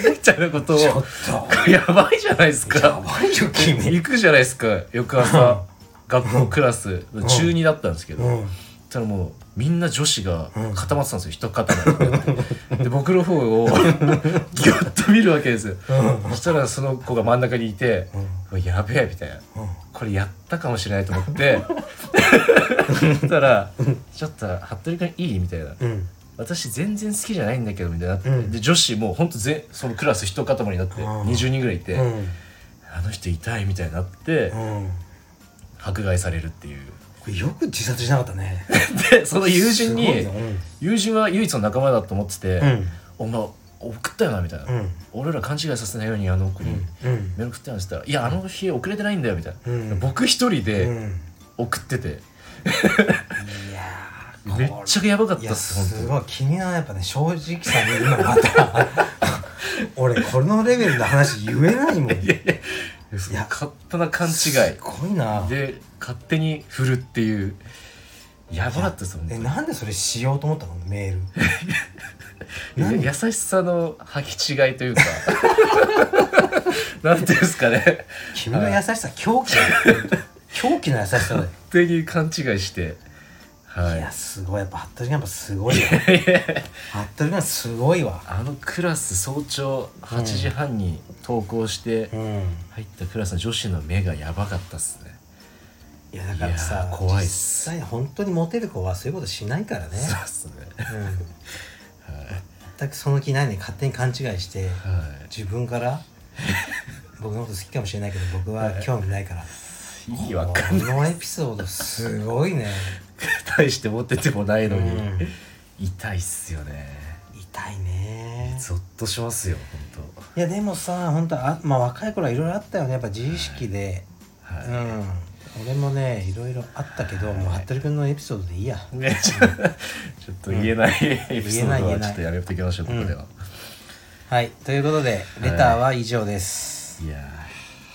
みたいなことを
ちょっ
やばいじゃないです
とや
か
ばいよ君
行くじゃないですか翌朝学校クラス中2だったんですけど、
うん
たらもうみんな女子が
うん
固まってたんですよ、一固まりで僕の方をギュッと見るわけですよ
うん
そしたらその子が真ん中にいて
うん
「うわやべえ」みたいな
うん
これやったかもしれないと思って そしたら「ちょっと服部君いい?」みたいな
うん
「私全然好きじゃないんだけど」みたいな、
うん
で女子もうほんとぜそのクラス一塊になって
うん
20人ぐらいいて「
うん
あの人痛い」みたいになって
うん
迫害されるっていう
これよく自殺しなかったね
でその友人に、
すごいね
友人は唯一の仲間だと思ってて、
うん
お前送ったよなみたいな、
うん
俺ら勘違いさせないようにあの子に
うん
メール送ったよって言ったら「いやあの日遅れてないんだよ」みたいな、
うん
僕一人
うん
で
うん
送ってて、
いやー
めっちゃやばかっ
い
た
や
っす
す
本
ごい君のやっぱね正直さに今ま た俺このレベルの話言えないもんいや
当に
いや
勝手な勘違
すごいない
で勝手に振るっていうやばかったですもん
え
ね
なんでそれしようと思ったのメ ール何
優しさの履き違いとい うかなんていうんですかね
君の優しさ狂気だよ狂気の優しさだよ
勝手に勘違いしてはいい
やすごいやっぱ服部君やっぱすごいよ服部君はすごいわ
あのクラス早朝8時半に登校して
うん
入ったクラスの女子の目がやばかったっすね。
いやだから
いや
さ
ー怖いっ
実
す
際本当にモテる子はそういうことしないからね、
そうっすね。
うん、
はい。
全くその気ないのに勝手に勘違いして
は
自分から僕のこと好きかもしれないけど僕は興味ないから
い。意味わかんない。
このエピソードすごいね
大して持っててもないのに、
うん
痛いっすよね。
痛いね
ゾッとしますよ、本
いやでもさ本当あまあ若い頃はいろいろあったよねやっぱ自意識で、
当。はい。
うん俺もねいろいろあったけどもう服部君のエピソードでいいや
ね、ちょちょっと言えない、エピソ
言え
ード
ない言えな
は
い
ちょっとやめていきましょう、ここでは。
はいということでレターは以上です、
いやー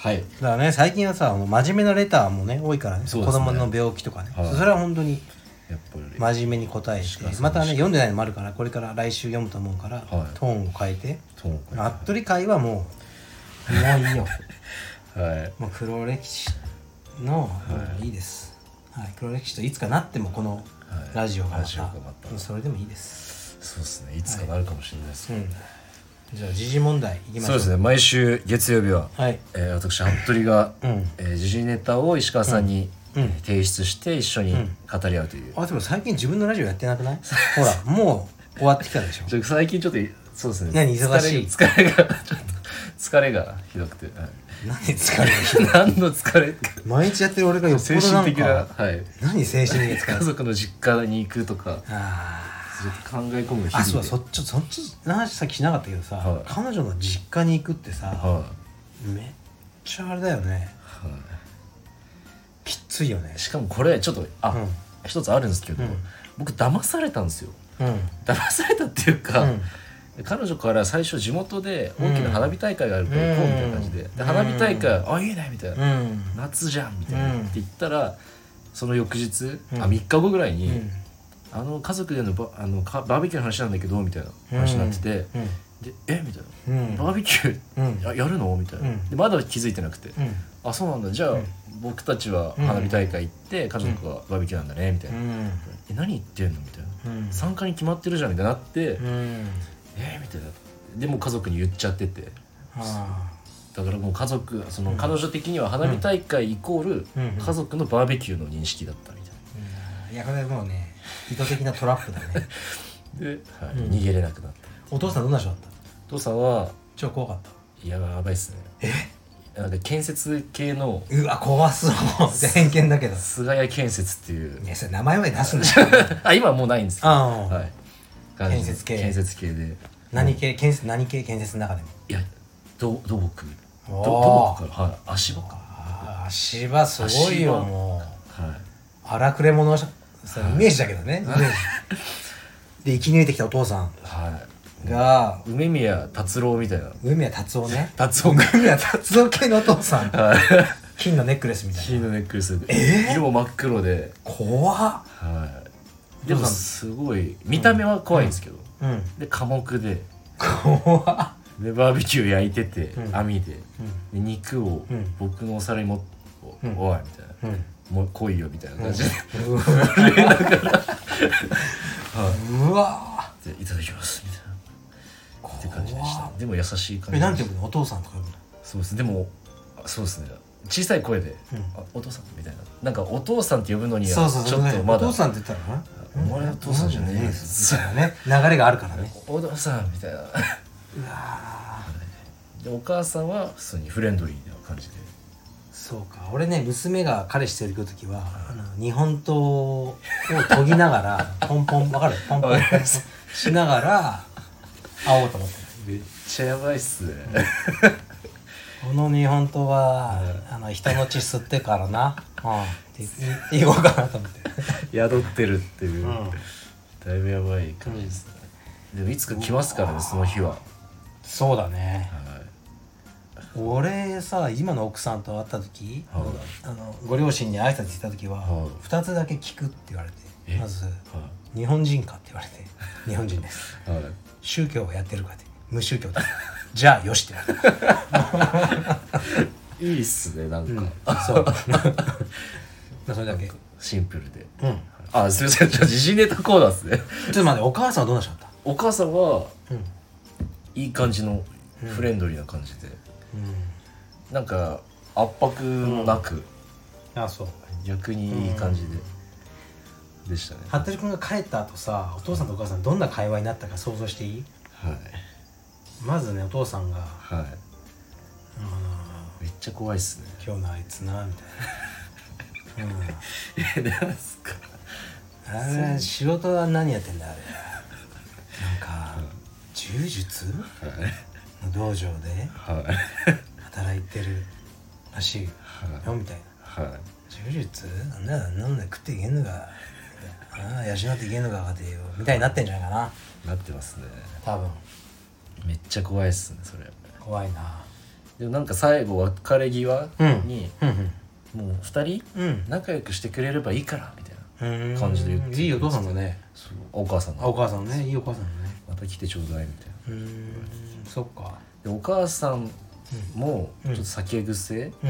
はい。
だからね最近はさもう真面目なレターもね多いからね
そう
子
ですね
供の病気とかね、
はい
それは本当に
やっぱり。
真面目に答えて
かに
またね読んでないのもあるからこれから来週読むと思うから、
はい
トーンを変えて
トーンを変え
服部会 はもうもういいよ
はい。
もう黒歴史の、もういいです、はい、黒歴史といつかなってもこの
はい
ラジオがま
ラジ
た,、
オがまた
それでもいいです、
そうですね。いつかなるかもしれないです
う
ね。
ん、じゃあ時事問題いきまし
そ
ょ
う
う
ですね。毎週月曜日は、
はい
えー、私服部が、
うん
えー、時事ネタを石川さんに、
うんうん
えー提出して一緒に語り合うという、
あでも最近自分のラジオやってなくないほらもう終わってきた でしょ
ちょ最近ちょっとそうですね
何忙しい
疲れ疲れがちょっと疲れがひどくて、 はい
何疲れる
何の疲れか
毎日やってる俺がよっぽど
精
なん
神的な
か
はい
何精神的な疲
家
れ
族の実家に行くとか
あ
ずっと考え込む日々で
ーあそうだそっちそっちの話さっきしなかったけどさ、
はい
彼女の実家に行くってさ、
は
めっちゃあれだよね
い、は
きついよね
い、しかもこれちょっとあ、
うん
一つあるんですけど、
うん
僕騙されたんですよ
うん
騙されたっていうか、
うん
彼女から最初地元で大きな花火大会があるから行こうみたいな感じで,、
うん
で花火大会「あいいね」みたいな、
うん
夏じゃんみたいな、
うん
って言ったらその翌日、
うん
あ3日後ぐらいに、
うん
あの家族でのバあのかバーベキューの話なんだけどみたいな話になってて、でえみたいな、
うん
バーベキュー
うん
ややるのみたいな、
うん
でまだ気づいてなくて、
うん
あそうなんだじゃあ、
うん
僕たちは花火大会行って家族はバーベキューなんだねみたいな、
ん
え何言ってんのみたいな
うん
参加に決まってるじゃんみたいになって、
うん
えーみたいなでも家族に言っちゃってて
あ
だからもう家族その彼女的には花火大会イコール
うん
家族のバーベキューの認識だったみたい
ーいやこれはもうね意図的なトラップだね
なで、はい
うん
逃げれなくなった
お父さんどんな人だった
お父さんは
超怖かった
やばいっすね
え
なんか建設系の
うわ怖そう偏見だけど
菅谷建設っていう
いやそれ名前まで出すんでしょ
あ今はもうないんですけど
ああ、
はい感じで
建設系
建設系で
何系建設何系建設の中でも
いや土土木
お
ど
ー
土木からはい足場か
ああ足場すごいよ
足場
もう
はい
荒くれ者そのイメージだけどねイメージで生き抜いてきたお父さん
はい
が
梅宮達郎みたいな
梅宮達夫 ね
達郎が
梅宮達夫系のお父さん
はい
金のネックレスみたいな
金のネックレスで、
えー
色も真っ黒で、
怖っ
はい、でもすごい見た目は怖いんですけど、
うん
で寡黙で
怖っ
でバーベキュー焼いてて、
うん
網でで
う
肉を
うん
僕のお皿に持って「
うん
おい」みたいな
ん
「
うん
もう来いよ」みたいな感じで
うわ
は
うわ
いで「いただきます」みたいな
怖
って感じでした
っ
でも優しい感
え
じ
なんて呼ぶのお父さんとか呼ぶの
そうですでもあそうですね小さい声で「
うん
あお父さん」みたいななんかお父さんって呼ぶのに
そ
は
うそう
ち
そ
ょ
う
っ
ね
と
お
まだ
父さんって言ったらな
お前はお父さんじゃねえよ
そうだね流れがあるからね
お父さんみたいな
うわ
でお母さんは普通にフレンドリーな感じで
そうか俺ね娘が彼氏といる時はあの日本刀を研ぎなが らポンポンわかるポンポン
わかります
しながら会おうと思ってる
めっちゃやばいっすね、
この日本刀は、あの人の血吸ってからな、うん、って 言言おうかなと思って、
宿ってるっていう、
うん
だいぶやばい感じですね、でもいつか来ますからねその日は、は
そうだね
い、
俺さ今の奥さんと会った時
はい
あのご両親に挨拶した時は
はい
2つだけ聞くって言われて
え
まず
は
「日本人か?」って言われて「日本人です」
いはい
「宗教をやってるか?」って「無宗教だ」 「じゃあよし」って言われた
いいっすねなんか、
そう まあそれだけうん
シンプルで
ちょっ
あすいませんじゃあ自信ネタコーナーっすね
と待ってお母さんはどうなっちゃった
お母さんは
うん
いい感じのフレンドリーな感じで、なんか圧迫もなく、
あそう
逆にいい感じで、でしたね
服部君が帰った後さお父さんとお母さんどんな会話になったか想像していい
はい
まずねお父さんが
はい
「うん
めっちゃ怖いっすね。
今日のあいつな」みたいな。うん
え、なんすか。
あれ仕事は何やってんだあれなんか柔術
はい。
の道場で
はい。
働いてるらしいよみたいな
はい。
柔術なんだなんだ食っていけんのかみたいなああ養っていけんのか家庭をみたいになってんじゃないかな
なってますね。
多分
めっちゃ怖いっすね、それ。
怖いな
でも、なんか最後別れ際に、
うん
もう二人
うん
仲良くしてくれればいいからみたいな。
うん
感じで言って
いいお父さんだね
そう、お母さん
あお
が。
母さんねいいお母さんだね
また来てちょうだいみたいな。
うんそっか
で、お母さんも、ち
う
ょ
ん
っと酒癖
う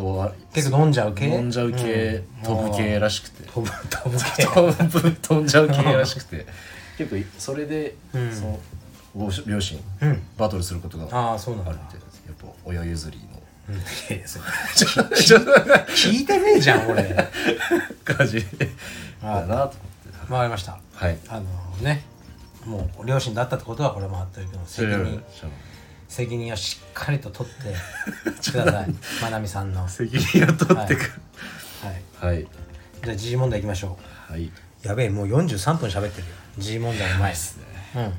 ん
が悪い。
結構飲んじゃう系
飲んじゃう系、
うん
飛ぶ系らしくて。
飛ぶ飛ぶ系
飛ぶ、飛んじゃう系らしくて。結構い、それで、
うん
その、ご両親。
うん
バトルすることがあ
ああそうなんだ
るみたいですやっぱ親譲りの
うんいやいやそれ
ちょっとちょっ
聞いてねえじゃ ん俺わ
と感じだなと思って
かりました
はい
あのねもう両親だったってことはこれもあってるけど責任責任をしっかりと取ってくださいまなみさんのはい
責任を取
ってく
はい
じゃあ時事問題いきましょ
はい
うやべえもう43分喋ってるよ時事問題の前
で
です
ね
うんは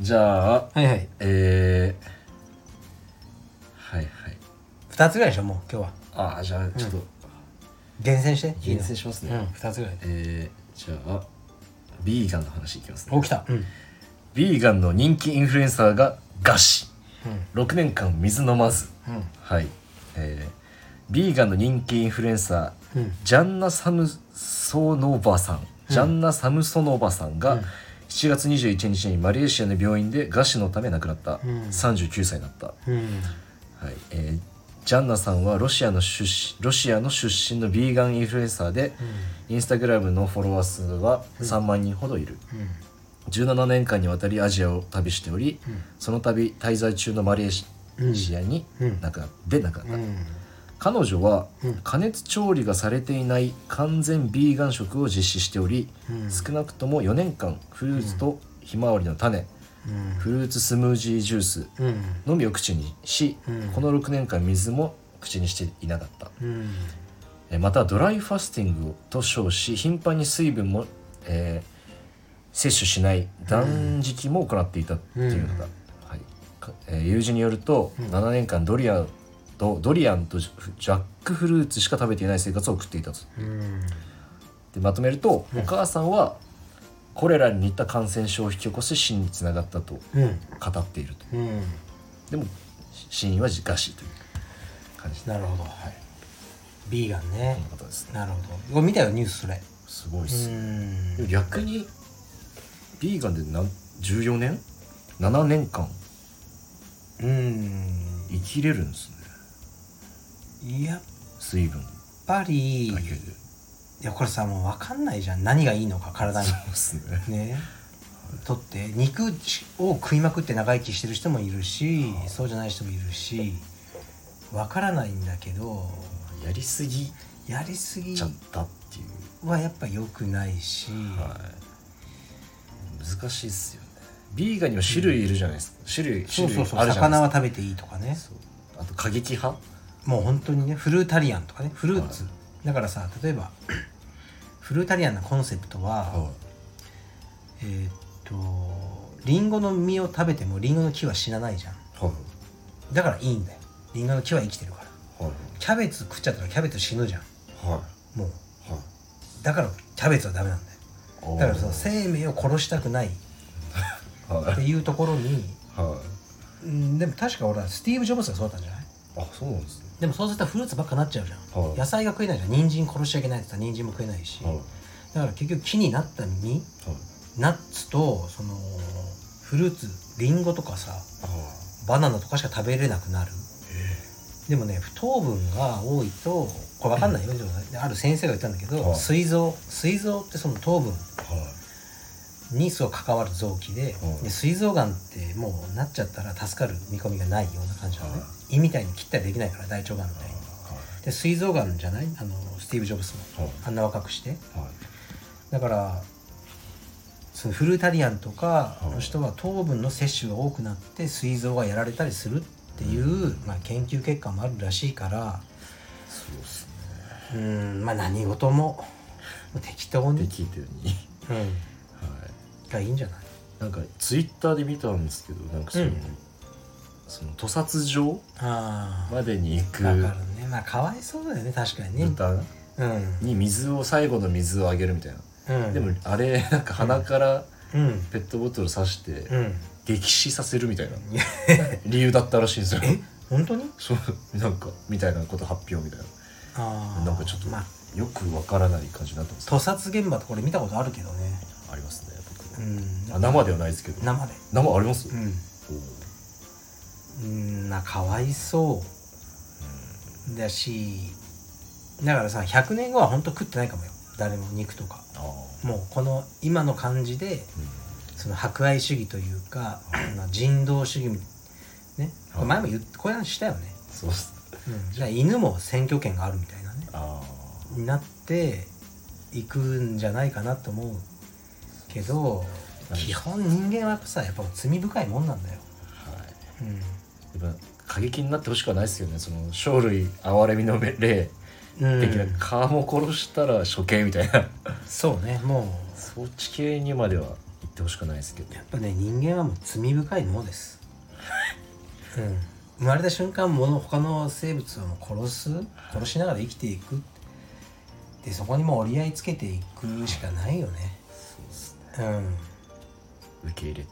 じゃあ
いはい
えー、はいはい
2つぐらいでしょもう今日は
ああじゃあちょっと
厳選して
厳選します
う
ね、
ん2つぐらい
えー、じゃあビーガンの話いきますね
起きたうん
ビーガンの人気インフルエンサーが餓死6年間水飲まず
うんうん
はい、えー、ビーガンの人気インフルエンサー、
うん
ジャンナ・サムソノバさん、ジャンナ・サムソノバさんが、7月21日にマレーシアの病院で餓死のため亡くなった、
うん
39歳だった、
うん
はいえージャンナさんはロシアの出身ロシアの出身のビーガンインフルエンサーで、インスタグラムのフォロワー数は3万人ほどいる、17年間にわたりアジアを旅しており、その度滞在中のマレーシアに亡くなで亡くなった、彼女は加熱調理がされていない完全ビーガン食を実施しており、少なくとも4年間フルーツとひまわりの種、フルーツスムージージュースのみを口にし、この6年間水も口にしていなかったえーまたドライファスティングと称し頻繁に水分も、えー摂取しない断食も行っていたっていうのが、はいかえー友人によると、7年間ドリアンとドリアンとジャックフルーツしか食べていない生活を送っていたとでまとめると、お母さんはこれらに似た感染症を引き起こし死につながったと語っているとでも死因は餓死という感じ
なるほどビーガンね
のことですね
なるほどこれ見たよニュースそれ
すごいっ
う
すね
ん
でも逆にビーガンでなん14年7年間
うん
生きれるんですね
やっ
水分
ぱり
だけで
いやこれさもう分かんないじゃん何がいいのか体 に
そうですね
ねとって肉を食いまくって長生きしてる人もいるしそうじゃない人もいるし分からないんだけど
やりすぎ
やりすぎ
ちゃったっていう、
はやっぱ良くないし、
はい、難しいっすよねビーガンにも種類いるじゃないですか、種類
そうそうそう
種類あるじゃ
魚
ないで
は食べていいとかね
すかそうあと過激派
もう本当にねフルータリアンとかねフルーツ、
は
だからさ例えば フルータリアンのコンセプトは、えーっとリンゴの実を食べてもリンゴの木は死なないじゃん
はい
だからいいんだよリンゴの木は生きてるから
はい
キャベツ食っちゃったらキャベツ死ぬじゃん
はい
もう
はい
だからキャベツはダメなんだよ
おー
だからその生命を殺したくないっ
はい
ていうところに
はい
うんでも確か俺はスティーブ・ジョブズがそうだったんじゃない
あそうなんですね
でもそうするとフルーツばっかなっちゃうじゃん、
はい
野菜が食えないじゃん人参殺しちゃいけないって言ったら人参も食えないし、
はいはい
だから結局木になった実ナッツとそのフルーツリンゴとかさ
は
バナナとかしか食べれなくなるでもね不糖分が多いとこれ分かんないよ、でもねある先生が言ったんだけど、
はい
膵臓膵臓ってその糖分
いはい
にすごい関わる臓器で,、
うん
で膵臓がんってもうなっちゃったら助かる見込みがないような感じなのね、
は
胃みたいに切ったりできないから大腸がんみたいにで膵臓がんじゃないあのスティーブ・ジョブスも
はい
あんな若くして
はい
だからそのフルータリアンとか
はい
の人は糖分の摂取が多くなって膵臓がやられたりするっていう、まあ、研究結果もあるらしいから
そうですね
うーんまあ何事も適当に、
適当に
うん、
はい
がいいんじゃない
なんかツイッターで見たんですけどなんかその、
うん
その屠殺場
ああ
までに行く
だからねまあかわいそうだよね確かにね
豚
うん、
に水を最後の水をあげるみたいな、
うん、
でもあれなんか鼻から
うん
ペットボトル刺して
うん
溺死させるみたいない
や
理由だったらしいんですよ
え本当に
そうなんかみたいなこと発表みたい
あ
な
あ
なんかちょっと
まあ
よくわからない感じになってます
屠殺現場とか俺見たことあるけどね
ありますね僕
う
ね、
ん
あ生ではないですけど
生で
生あります、
うん
おー
うんなかわいそうだしだからさ100年後は本当食ってないかもよ誰も肉とか
ああ
もうこの今の感じでその博愛主義というかあの人道主義ねこれ前も言っこういう話したよね、
そうっす
うん、じゃあ犬も選挙権があるみたいなね
あ
になっていくんじゃないかなと思うけど基本人間はやっぱさやっぱ罪深いもんなんだよ、
あはい
うん
やっぱ過激になってほしくはないですよねその生類憐れみの例的な、
うん
蚊も殺したら処刑みたいな
そうねもう
そっち系にまでは言ってほしくないですけど
やっぱね人間はもう罪深いものです、うん、生まれた瞬間もの他の生物をもう殺す殺しながら生きていくでそこにもう折り合いつけていくしかないよね
そうですね
うん
受け入れて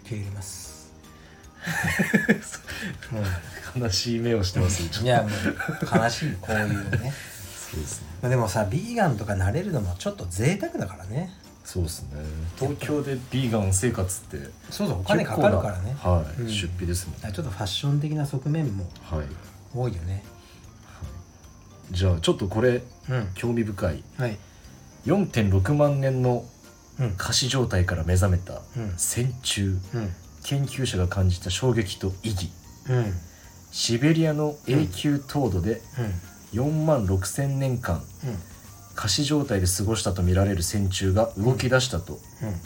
受け入れ ます、
悲しい目をしてますち
うん、
ょっと
いやもう悲しいこういうね
そうですね
まあでもさビーガンとかなれるのもちょっと贅沢だからね
そうですね東京でビーガン生活って
そうそうお金かかるからね
結構なはい、
うん
出費ですもん
だからちょっとファッション的な側面も
はい
多いよね
じゃあちょっとこれ
うん
興味深い
はい
4.6万年の
うん
仮死状態から目覚めた
うん
線虫
うん
研究者が感じた衝撃と意義
うん
シベリアの永久凍土で4万6,000年間
うん
仮死状態で過ごしたとみられる線虫が動き出したと、
うん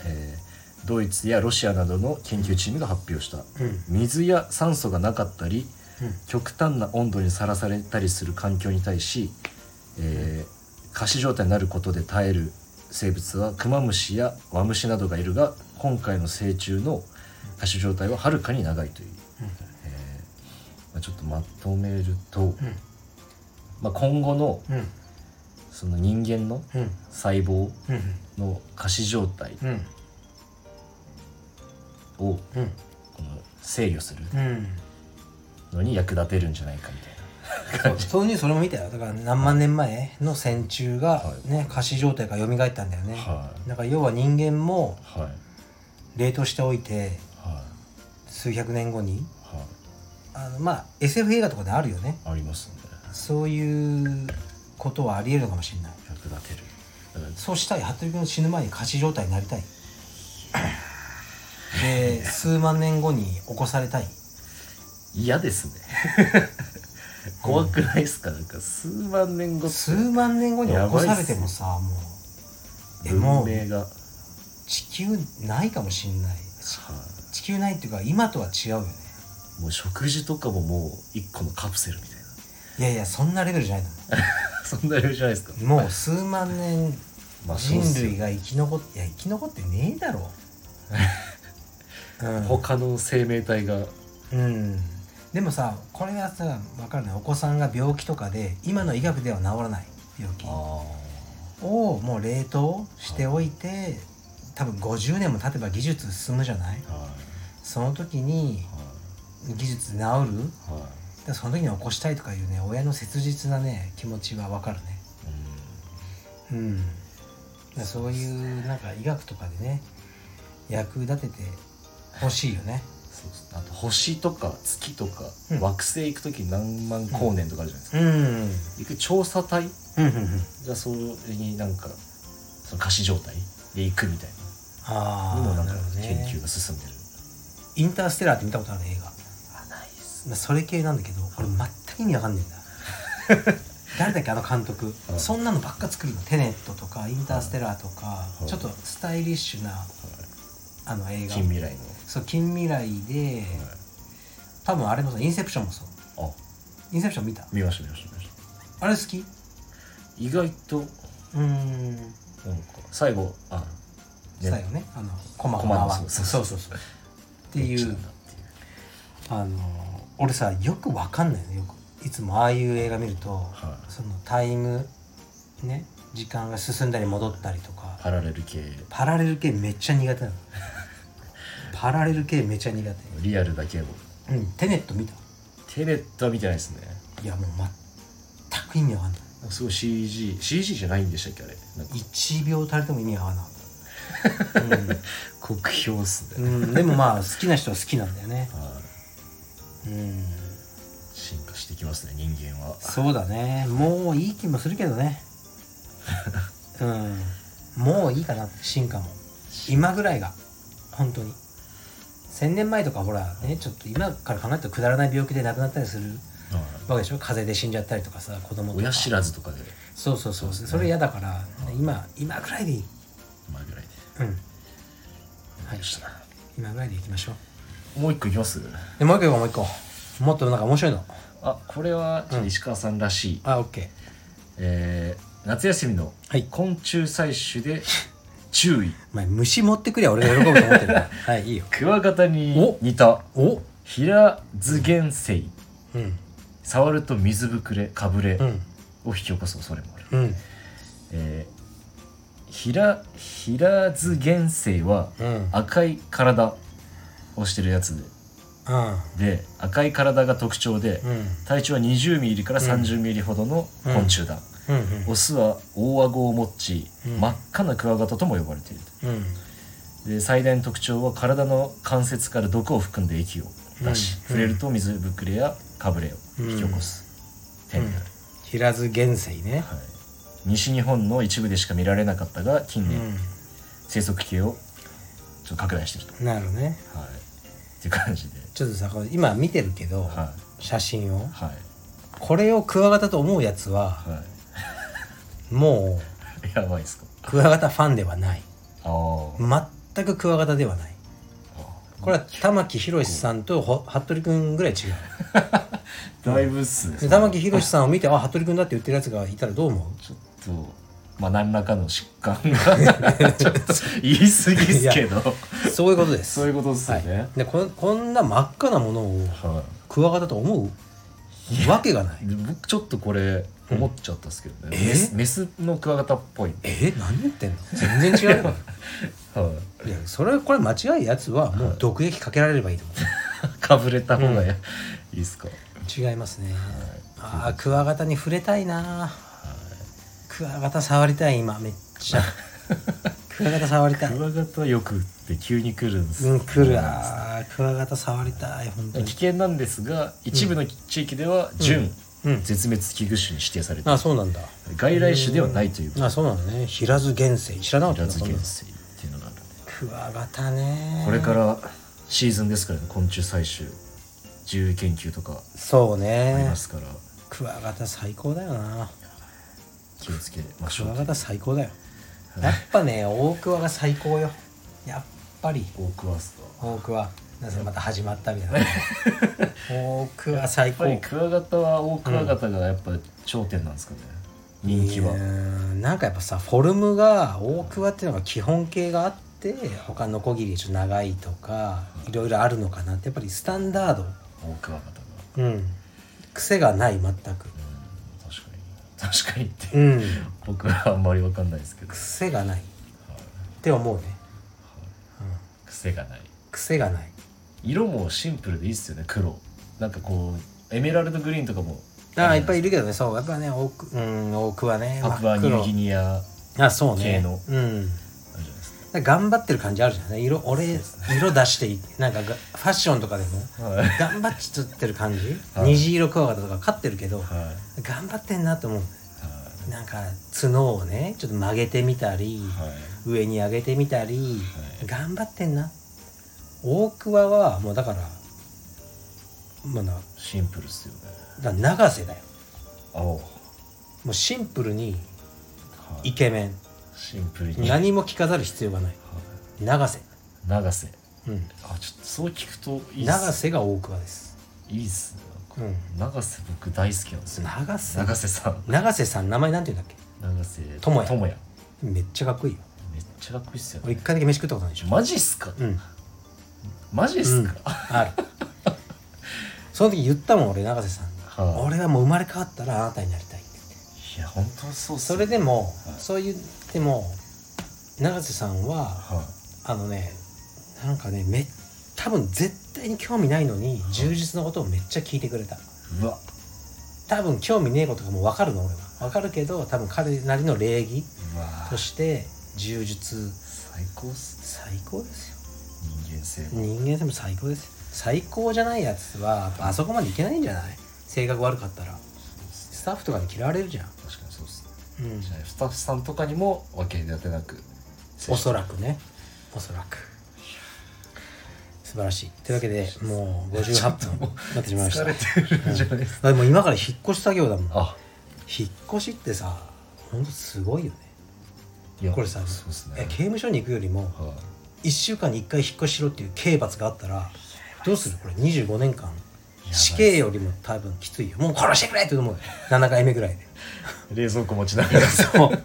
えードイツやロシアなどの研究チームが発表した
うん
水や酸素がなかったり
うん
極端な温度にさらされたりする環境に対し、えー、仮死状態になることで耐える生物はクマムシやワムシなどがいるが今回の成虫の仮死状態ははるかに長いという、えーまあ、ちょっとまとめると、まあ、今後の
うんうん
その人間の
うん
細胞
うん
の仮死状態
うん
をこ
うん
の制御する
うん
のに役立てるんじゃないかみたい
そ
な。
うそういうそれも見たよだから何万年前の線虫が
は
ね仮死状態が蘇ったんだよね
はい
だから要は人間も
はい
冷凍しておいて
は
数百年後に
いはい
あのまあ SF 映画とかであるよね
ありますね
そういうことはありえるのかもしれない
役立てるだから
そうしたい服部君死ぬ前に仮死状態になりたいで数万年後に起こされたい
嫌ですね 怖くないですかなんか数万年後
数万年後に起こされてもさもうえも
文
う
明がは
地球ないかもしんない地球ないっていうか今とは違うよね
いもう食事とかももう一個のカプセルみたい
いやいやそんなレベルじゃないと
な そんなレベルじゃないですか
思うもう数万年
まあそうっ
人
すよ
類が生き残っていや生き残ってねえだ ろうん
他の生命体が
うん、でもさこれはさ分かるねお子さんが病気とかで今の医学では治らない病気
あ
をもう冷凍しておいて、多分50年も経てば技術進むじゃない
あは
その時に技術で治るだ
いはいはい
からその時に起こしたいとかいうね親の切実なね気持ちは分かるねうんだからそういうなんか医学とかでね役立ててほしいよね
うんそうっすあと星とか月とか、
うん
惑星行く時何万光年とかあるじゃないですか、
うんうん
行く調査隊
うんうん
がそれになんかその仮死状態で行くみたいな
あ
にも
あ
なん
な
か
るほど
研
ね
究が進んでる
インターステラーって見たことある映画、ま
あないです
あ、それ系なんだけど俺全く意味わかんねえんだ 誰だっけあの監督
はい
そんなのばっか作るのテネットとかインターステラーとか
い
ちょっとスタイリッシュなあの映画
近未来の、
そう近未来で多分あれもそうインセプションもそう
あ
インセプション見た
見ました見ました見ました
あれ好きう
意外と
ーん
なんか最後あ
最後ねあのコマコ
コマ
マ
の
は
そうそうそう
そうって
どっち
いう
な
ん
だっていう
あの俺さよくわかんないのよくいつもああいう映画見ると、
はい
そのタイムね時間が進んだり戻ったりとか、
パラレル系
パラレル系めっちゃ苦手 なのパラレル系めっちゃ苦
リアルだけを
手うんテネット見た
テネットは見てないですね
いやもう全く意味わかんない
なんかすごい CGCG じゃないんでしたっけあれなんか
1秒たりとも意味わかんなかった
酷評っす
う
ね、
ん、うんでもまあ好きな人は好きなんだよね
はい
うん
進化してきますね人間は
そうだねもういい気もするけど ねうんもういいかな進化も今ぐらいが本当に1000年前とかほらねちょっと今から考えるとくだらない病気で亡くなったりする
はい
わけでしょ風邪で死んじゃったりとかさ子供とか
親知らずとかで
そうそうそう
そうですね
それ嫌だから今今ぐらいでいい
前ぐらい
う
で
んはい
よしな
今ぐらいでいきましょう
もう一個いきます
でもう一個もう一個もっとなんか面白いの
あこれはちょっと石川さんらしい、
あオッケー
えー夏休みの
はい
昆虫採取で 注意
お前虫持ってくりゃ俺が喜ぶと思ってるはいいいよ
クワガタに
お
似た
お
ヒラズゲンセイ
うん
触ると水ぶくれかぶれ
うん
を引き起こす恐れもある、
うん
えーヒラヒラズゲンセイは
うん
赤い体をしてるやつ
うん
でで赤い体が特徴で、
うん
体長は20ミリから30ミリほどの昆虫だ、
うん
オスは大顎を持ち、
うん
真っ赤なクワガタとも呼ばれている
うん
で最大の特徴は体の関節から毒を含んで液を出し、
うん
触れると水ぶくれやかぶれを引き起こす点である、
平津原生ね、
はい、西日本の一部でしか見られなかったが近年、
う
生息系をちょっと拡大してると、
ん、なるほどね
はい、っていう感じで
ちょっとさこれ今見てるけど、
は
写真を
いはい
これをクワガタと思うやつは
は
も
いやばいっすか
うクワガタファンではない
あー
全くクワガタではないこれは玉木宏さんとほ服部君ぐらい違う
だいぶっすね
で玉木宏さんを見てあ服部君だって言ってるやつがいたらどう思
ちょっとまあ何らかの疾患が ちょっと言い過ぎっすけど
うそういうことです
そういうことっすよね
はい、でここんな真っ赤なものを
は
クワガタと思うわけがない
い、で僕ちょっとこれ思っちゃったっすけどね、
うん
メスメスのクワガタっぽい、
え何言ってんの全然 違うよ
はい
やそれはこれ間違いやつはもう毒液かけられればいいと思
い、かぶれた方がやいいっすか
う違いますねああクワガタに触れたいなクワガタ触りたい今めっち ゃクワガタ触りたい
クワガタよくって急に来るんです
うん来るなクワガタ触りたい本当
危
に
険なんですが一部の地域では準
うん
絶滅危惧種に指定されてい
あ
る
そうなんだ
外来種ではないということ
あそうなんだね平津原生知らなかった
平
な
津
そんな
原
の
生っていうのがあるんで
クワガタね
これからシーズンですからね昆虫採集自由研究とか
そう
あり
ね
ますから
クワガタ最高だよな
気をつけまし
ク
ょ
ワ
う
ガタ最高だよやっぱね大クワが最高よやっぱり
オークワーストは
大クワなんかまた始まったみたい な大クワ最
やっぱり
高
クワガタはオオクワガタがやっぱ頂点なんですかね人気は
うーんなんかやっぱさフォルムが大クワっていうのが基本形があって他の小切りちょっと長いとかいろいろあるのかなってやっぱりスタンダード
オオクワガタが
うん癖がない全く
うん確かに確かにって
うん
僕はあんまりわかんないですけど
癖がないって思うね、うん、
癖がない
癖がない
色もシンプルでいいっすよね黒なんかこうエメラルドグリーンとかも
ああいっぱいいるけどねそうやっぱね大ク,、うん、大クワね
アクアニューギニアある
あそうね
系の
うん
じゃないです
なんか頑張ってる感じあるじゃんね色俺色出していなんかがファッションとかでも
かはいはい
頑張っちゃってる感じ、
はい
虹色クワガタとか飼ってるけど、
はい
頑張ってんなと思うなんか角をねちょっと曲げてみたり、
はい
上に上げてみたり、
はい
頑張ってんな大桑はもうだからもうなだか
シンプルっすよね
ら永瀬だよ
青は
もうシンプルに
い
イケメン
シンプルにはい
何も着飾る必要がない永瀬、
長瀬
うん、
あちょっとそう聞くといいっ
永
す
瀬が大桑です
いいっすね
う
なん
ん
か長瀬僕大好きなんですよ
長瀬
長瀬さん
長瀬さん名前なんて言うんだっ
長瀬
智也
智也
けめっちゃかっこいいよ
めっちゃかっこいいっすよ
俺
ね
一回だけ飯食ったことないでしょ
マジっすか
うん
マジっすか
あるその時言ったもん俺永瀬さんに
はい
俺はもう生まれ変わったらあなたになりたい」って言って
いや本当そうっす
そ
よ
れでも、
はい
そう言っても永瀬さんは
はい
あのねなんかねめ多分絶対に興味ないのに充実のことをめっちゃ聞いてくれた
うわ
多分興味ねえことがもう分かるの俺は分かるけど多分彼なりの礼儀
うわ
として充実
最高っす
最高ですよ
人間性が
人間性も最高ですよ最高じゃないやつはやっぱあそこまでいけないんじゃない性格悪かったらスタッフとかに嫌われるじゃん、
確かにそうっす
うん
じゃあスタッフさんとかにも分け隔てなく
おそらくねおそらく素晴らしいというわけでもう58分なってしまいました
疲れてるんじゃないですか、
あでも今から引っ越し作業だもん
あ
引っ越しってさほんとすごいよね
いや
これさ、
そうっす
え
ね
刑務所に行くよりも
は
1週間に1回引っ越ししろっていう刑罰があったらどうするこれ25年間
いっす
死刑よりも多分きついよもう殺してくれって思うよ7回目ぐらい で
い冷蔵庫持ちながら
そう、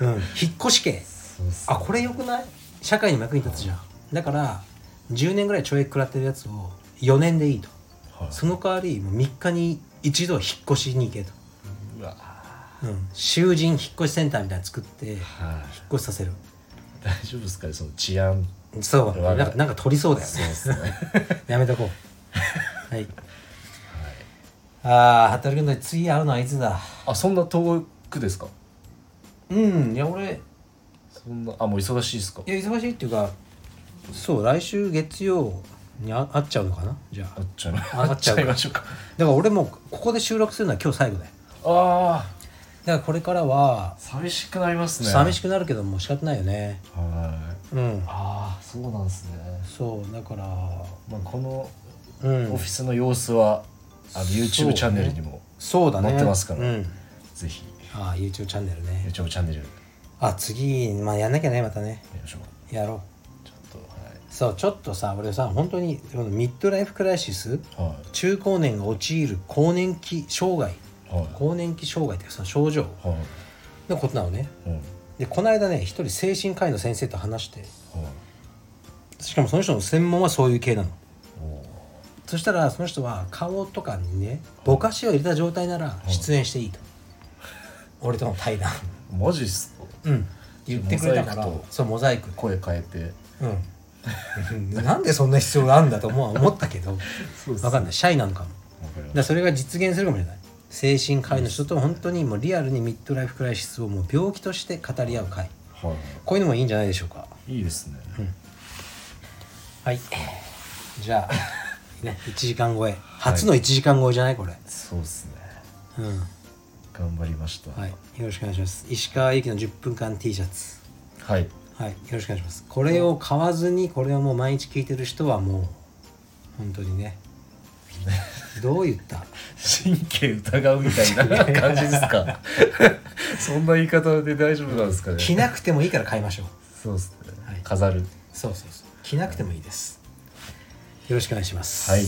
うん、引っ越し刑
そうっす
あこれよくない社会に役に立つじゃんだから10年ぐらい懲役食らってるやつを4年でいいと
はい
その代わりもう3日に一度引っ越しに行けと、
うわ
うん、囚人引っ越しセンターみたいなの作って引っ
は
越しさせる
い大丈夫ですかねその治安
そう
わ
な
かる
んかなんか取りそうだよね
そうっすね
やめと こうはいああ服部君と次会うのはいつだ
あそんな遠くですか
うんいや俺
そんなあもう忙しいですか
いや忙しいっていうかそう来週月曜にあ合っちゃうのかなじゃあ
会っちゃいま
あ会っちゃうか
会っましょうか
だから俺もうここで収録するのは今日最後だよ
ああ
だからこれからは
寂しくなりますね
寂しくなるけどもう仕方ないよね
はい
うん
ああそうなんですね、
そうだから
まあ、この
うん
オフィスの様子は、あの YouTube チャンネルにも
そうだね
載ってますから
うん
ぜひ
ああ YouTube チャンネルね
YouTube チャンネルや
あ次まあやんなきゃねまたね
りましょう
やろう
ちょっと
そうちょっとさ俺さ本当にこのミッドライフクライシス
はいは
中高年が陥る更年期障害
いはい
更年期障害っていうかその症状
はい
のことなのね
うんはい
でこの間ね一人精神科医の先生と話してしかもその人の専門はそういう系なの
おー
そしたらその人は顔とかにねぼかしを入れた状態なら出演していいと、俺との対談
マジっすか
うん言ってくれたから
モザイクと
そうモザイク
声変えて
うん なんでそんな必要があるんだとも思ったけど
そう
分
っす
かんないシャイなのかも
わかり
だ
ま
からそれが実現するかもしれない精神科医の人と本当にもうリアルにミッドライフクライシスをもう病気として語り合う会
したは
こういうのもいいんじゃないでしょうか
いいいですね
はいじゃあ、 ね、1時間超え初の1時間超えじゃないこれ、
そうっすね
うん
頑張りました
はい、よろしくお願いします。石川由紀の10分間 T シャツ。
はい
はい、よろしくお願いします。これを買わずに、これをもう毎日聞いてる人はもう、本当に ね。どう言った
神経疑うみたいな感じですかそんな言い方で大丈夫なんですかね
着なくてもいいから買いましょう。
そうっすね
はい
飾る
そうそうそう。着なくてもいいです。よろしくお願いします。
はい。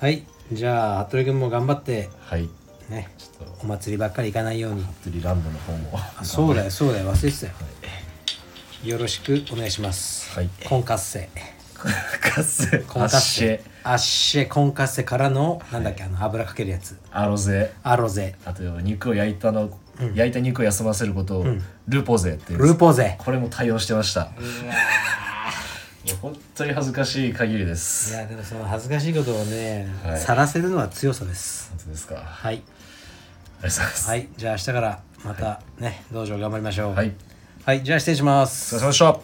はい、じゃあ、服部君も頑張って、
はい
ね、
ちょっと
お祭りばっかり行かないように。
釣りランドの方も
あそうだよ、そうだよ、忘れてたよ。
はい
よろしくお願いします。
はい
コンカッセ。
カス
コンカッセ。アッシェコンカッセからの、なんだっけ、あの、油かけるやつ。
アロゼ
アロゼ、
あと肉を焼いたの、焼いた肉を休ませることを、ルポゼっていうんです
ルーポゼ。
これも対応してました もう本当に恥ずかしい限りで
い
す
や、でもその恥ずかしいことをね
は、い
さらせるのは強さです。
本当ですかあ
はい。
りがとうございます
はい。じゃあ明日からまたね、道場頑張りましょう。
はい、お疲れ
はい。じゃあ失礼します。
様でした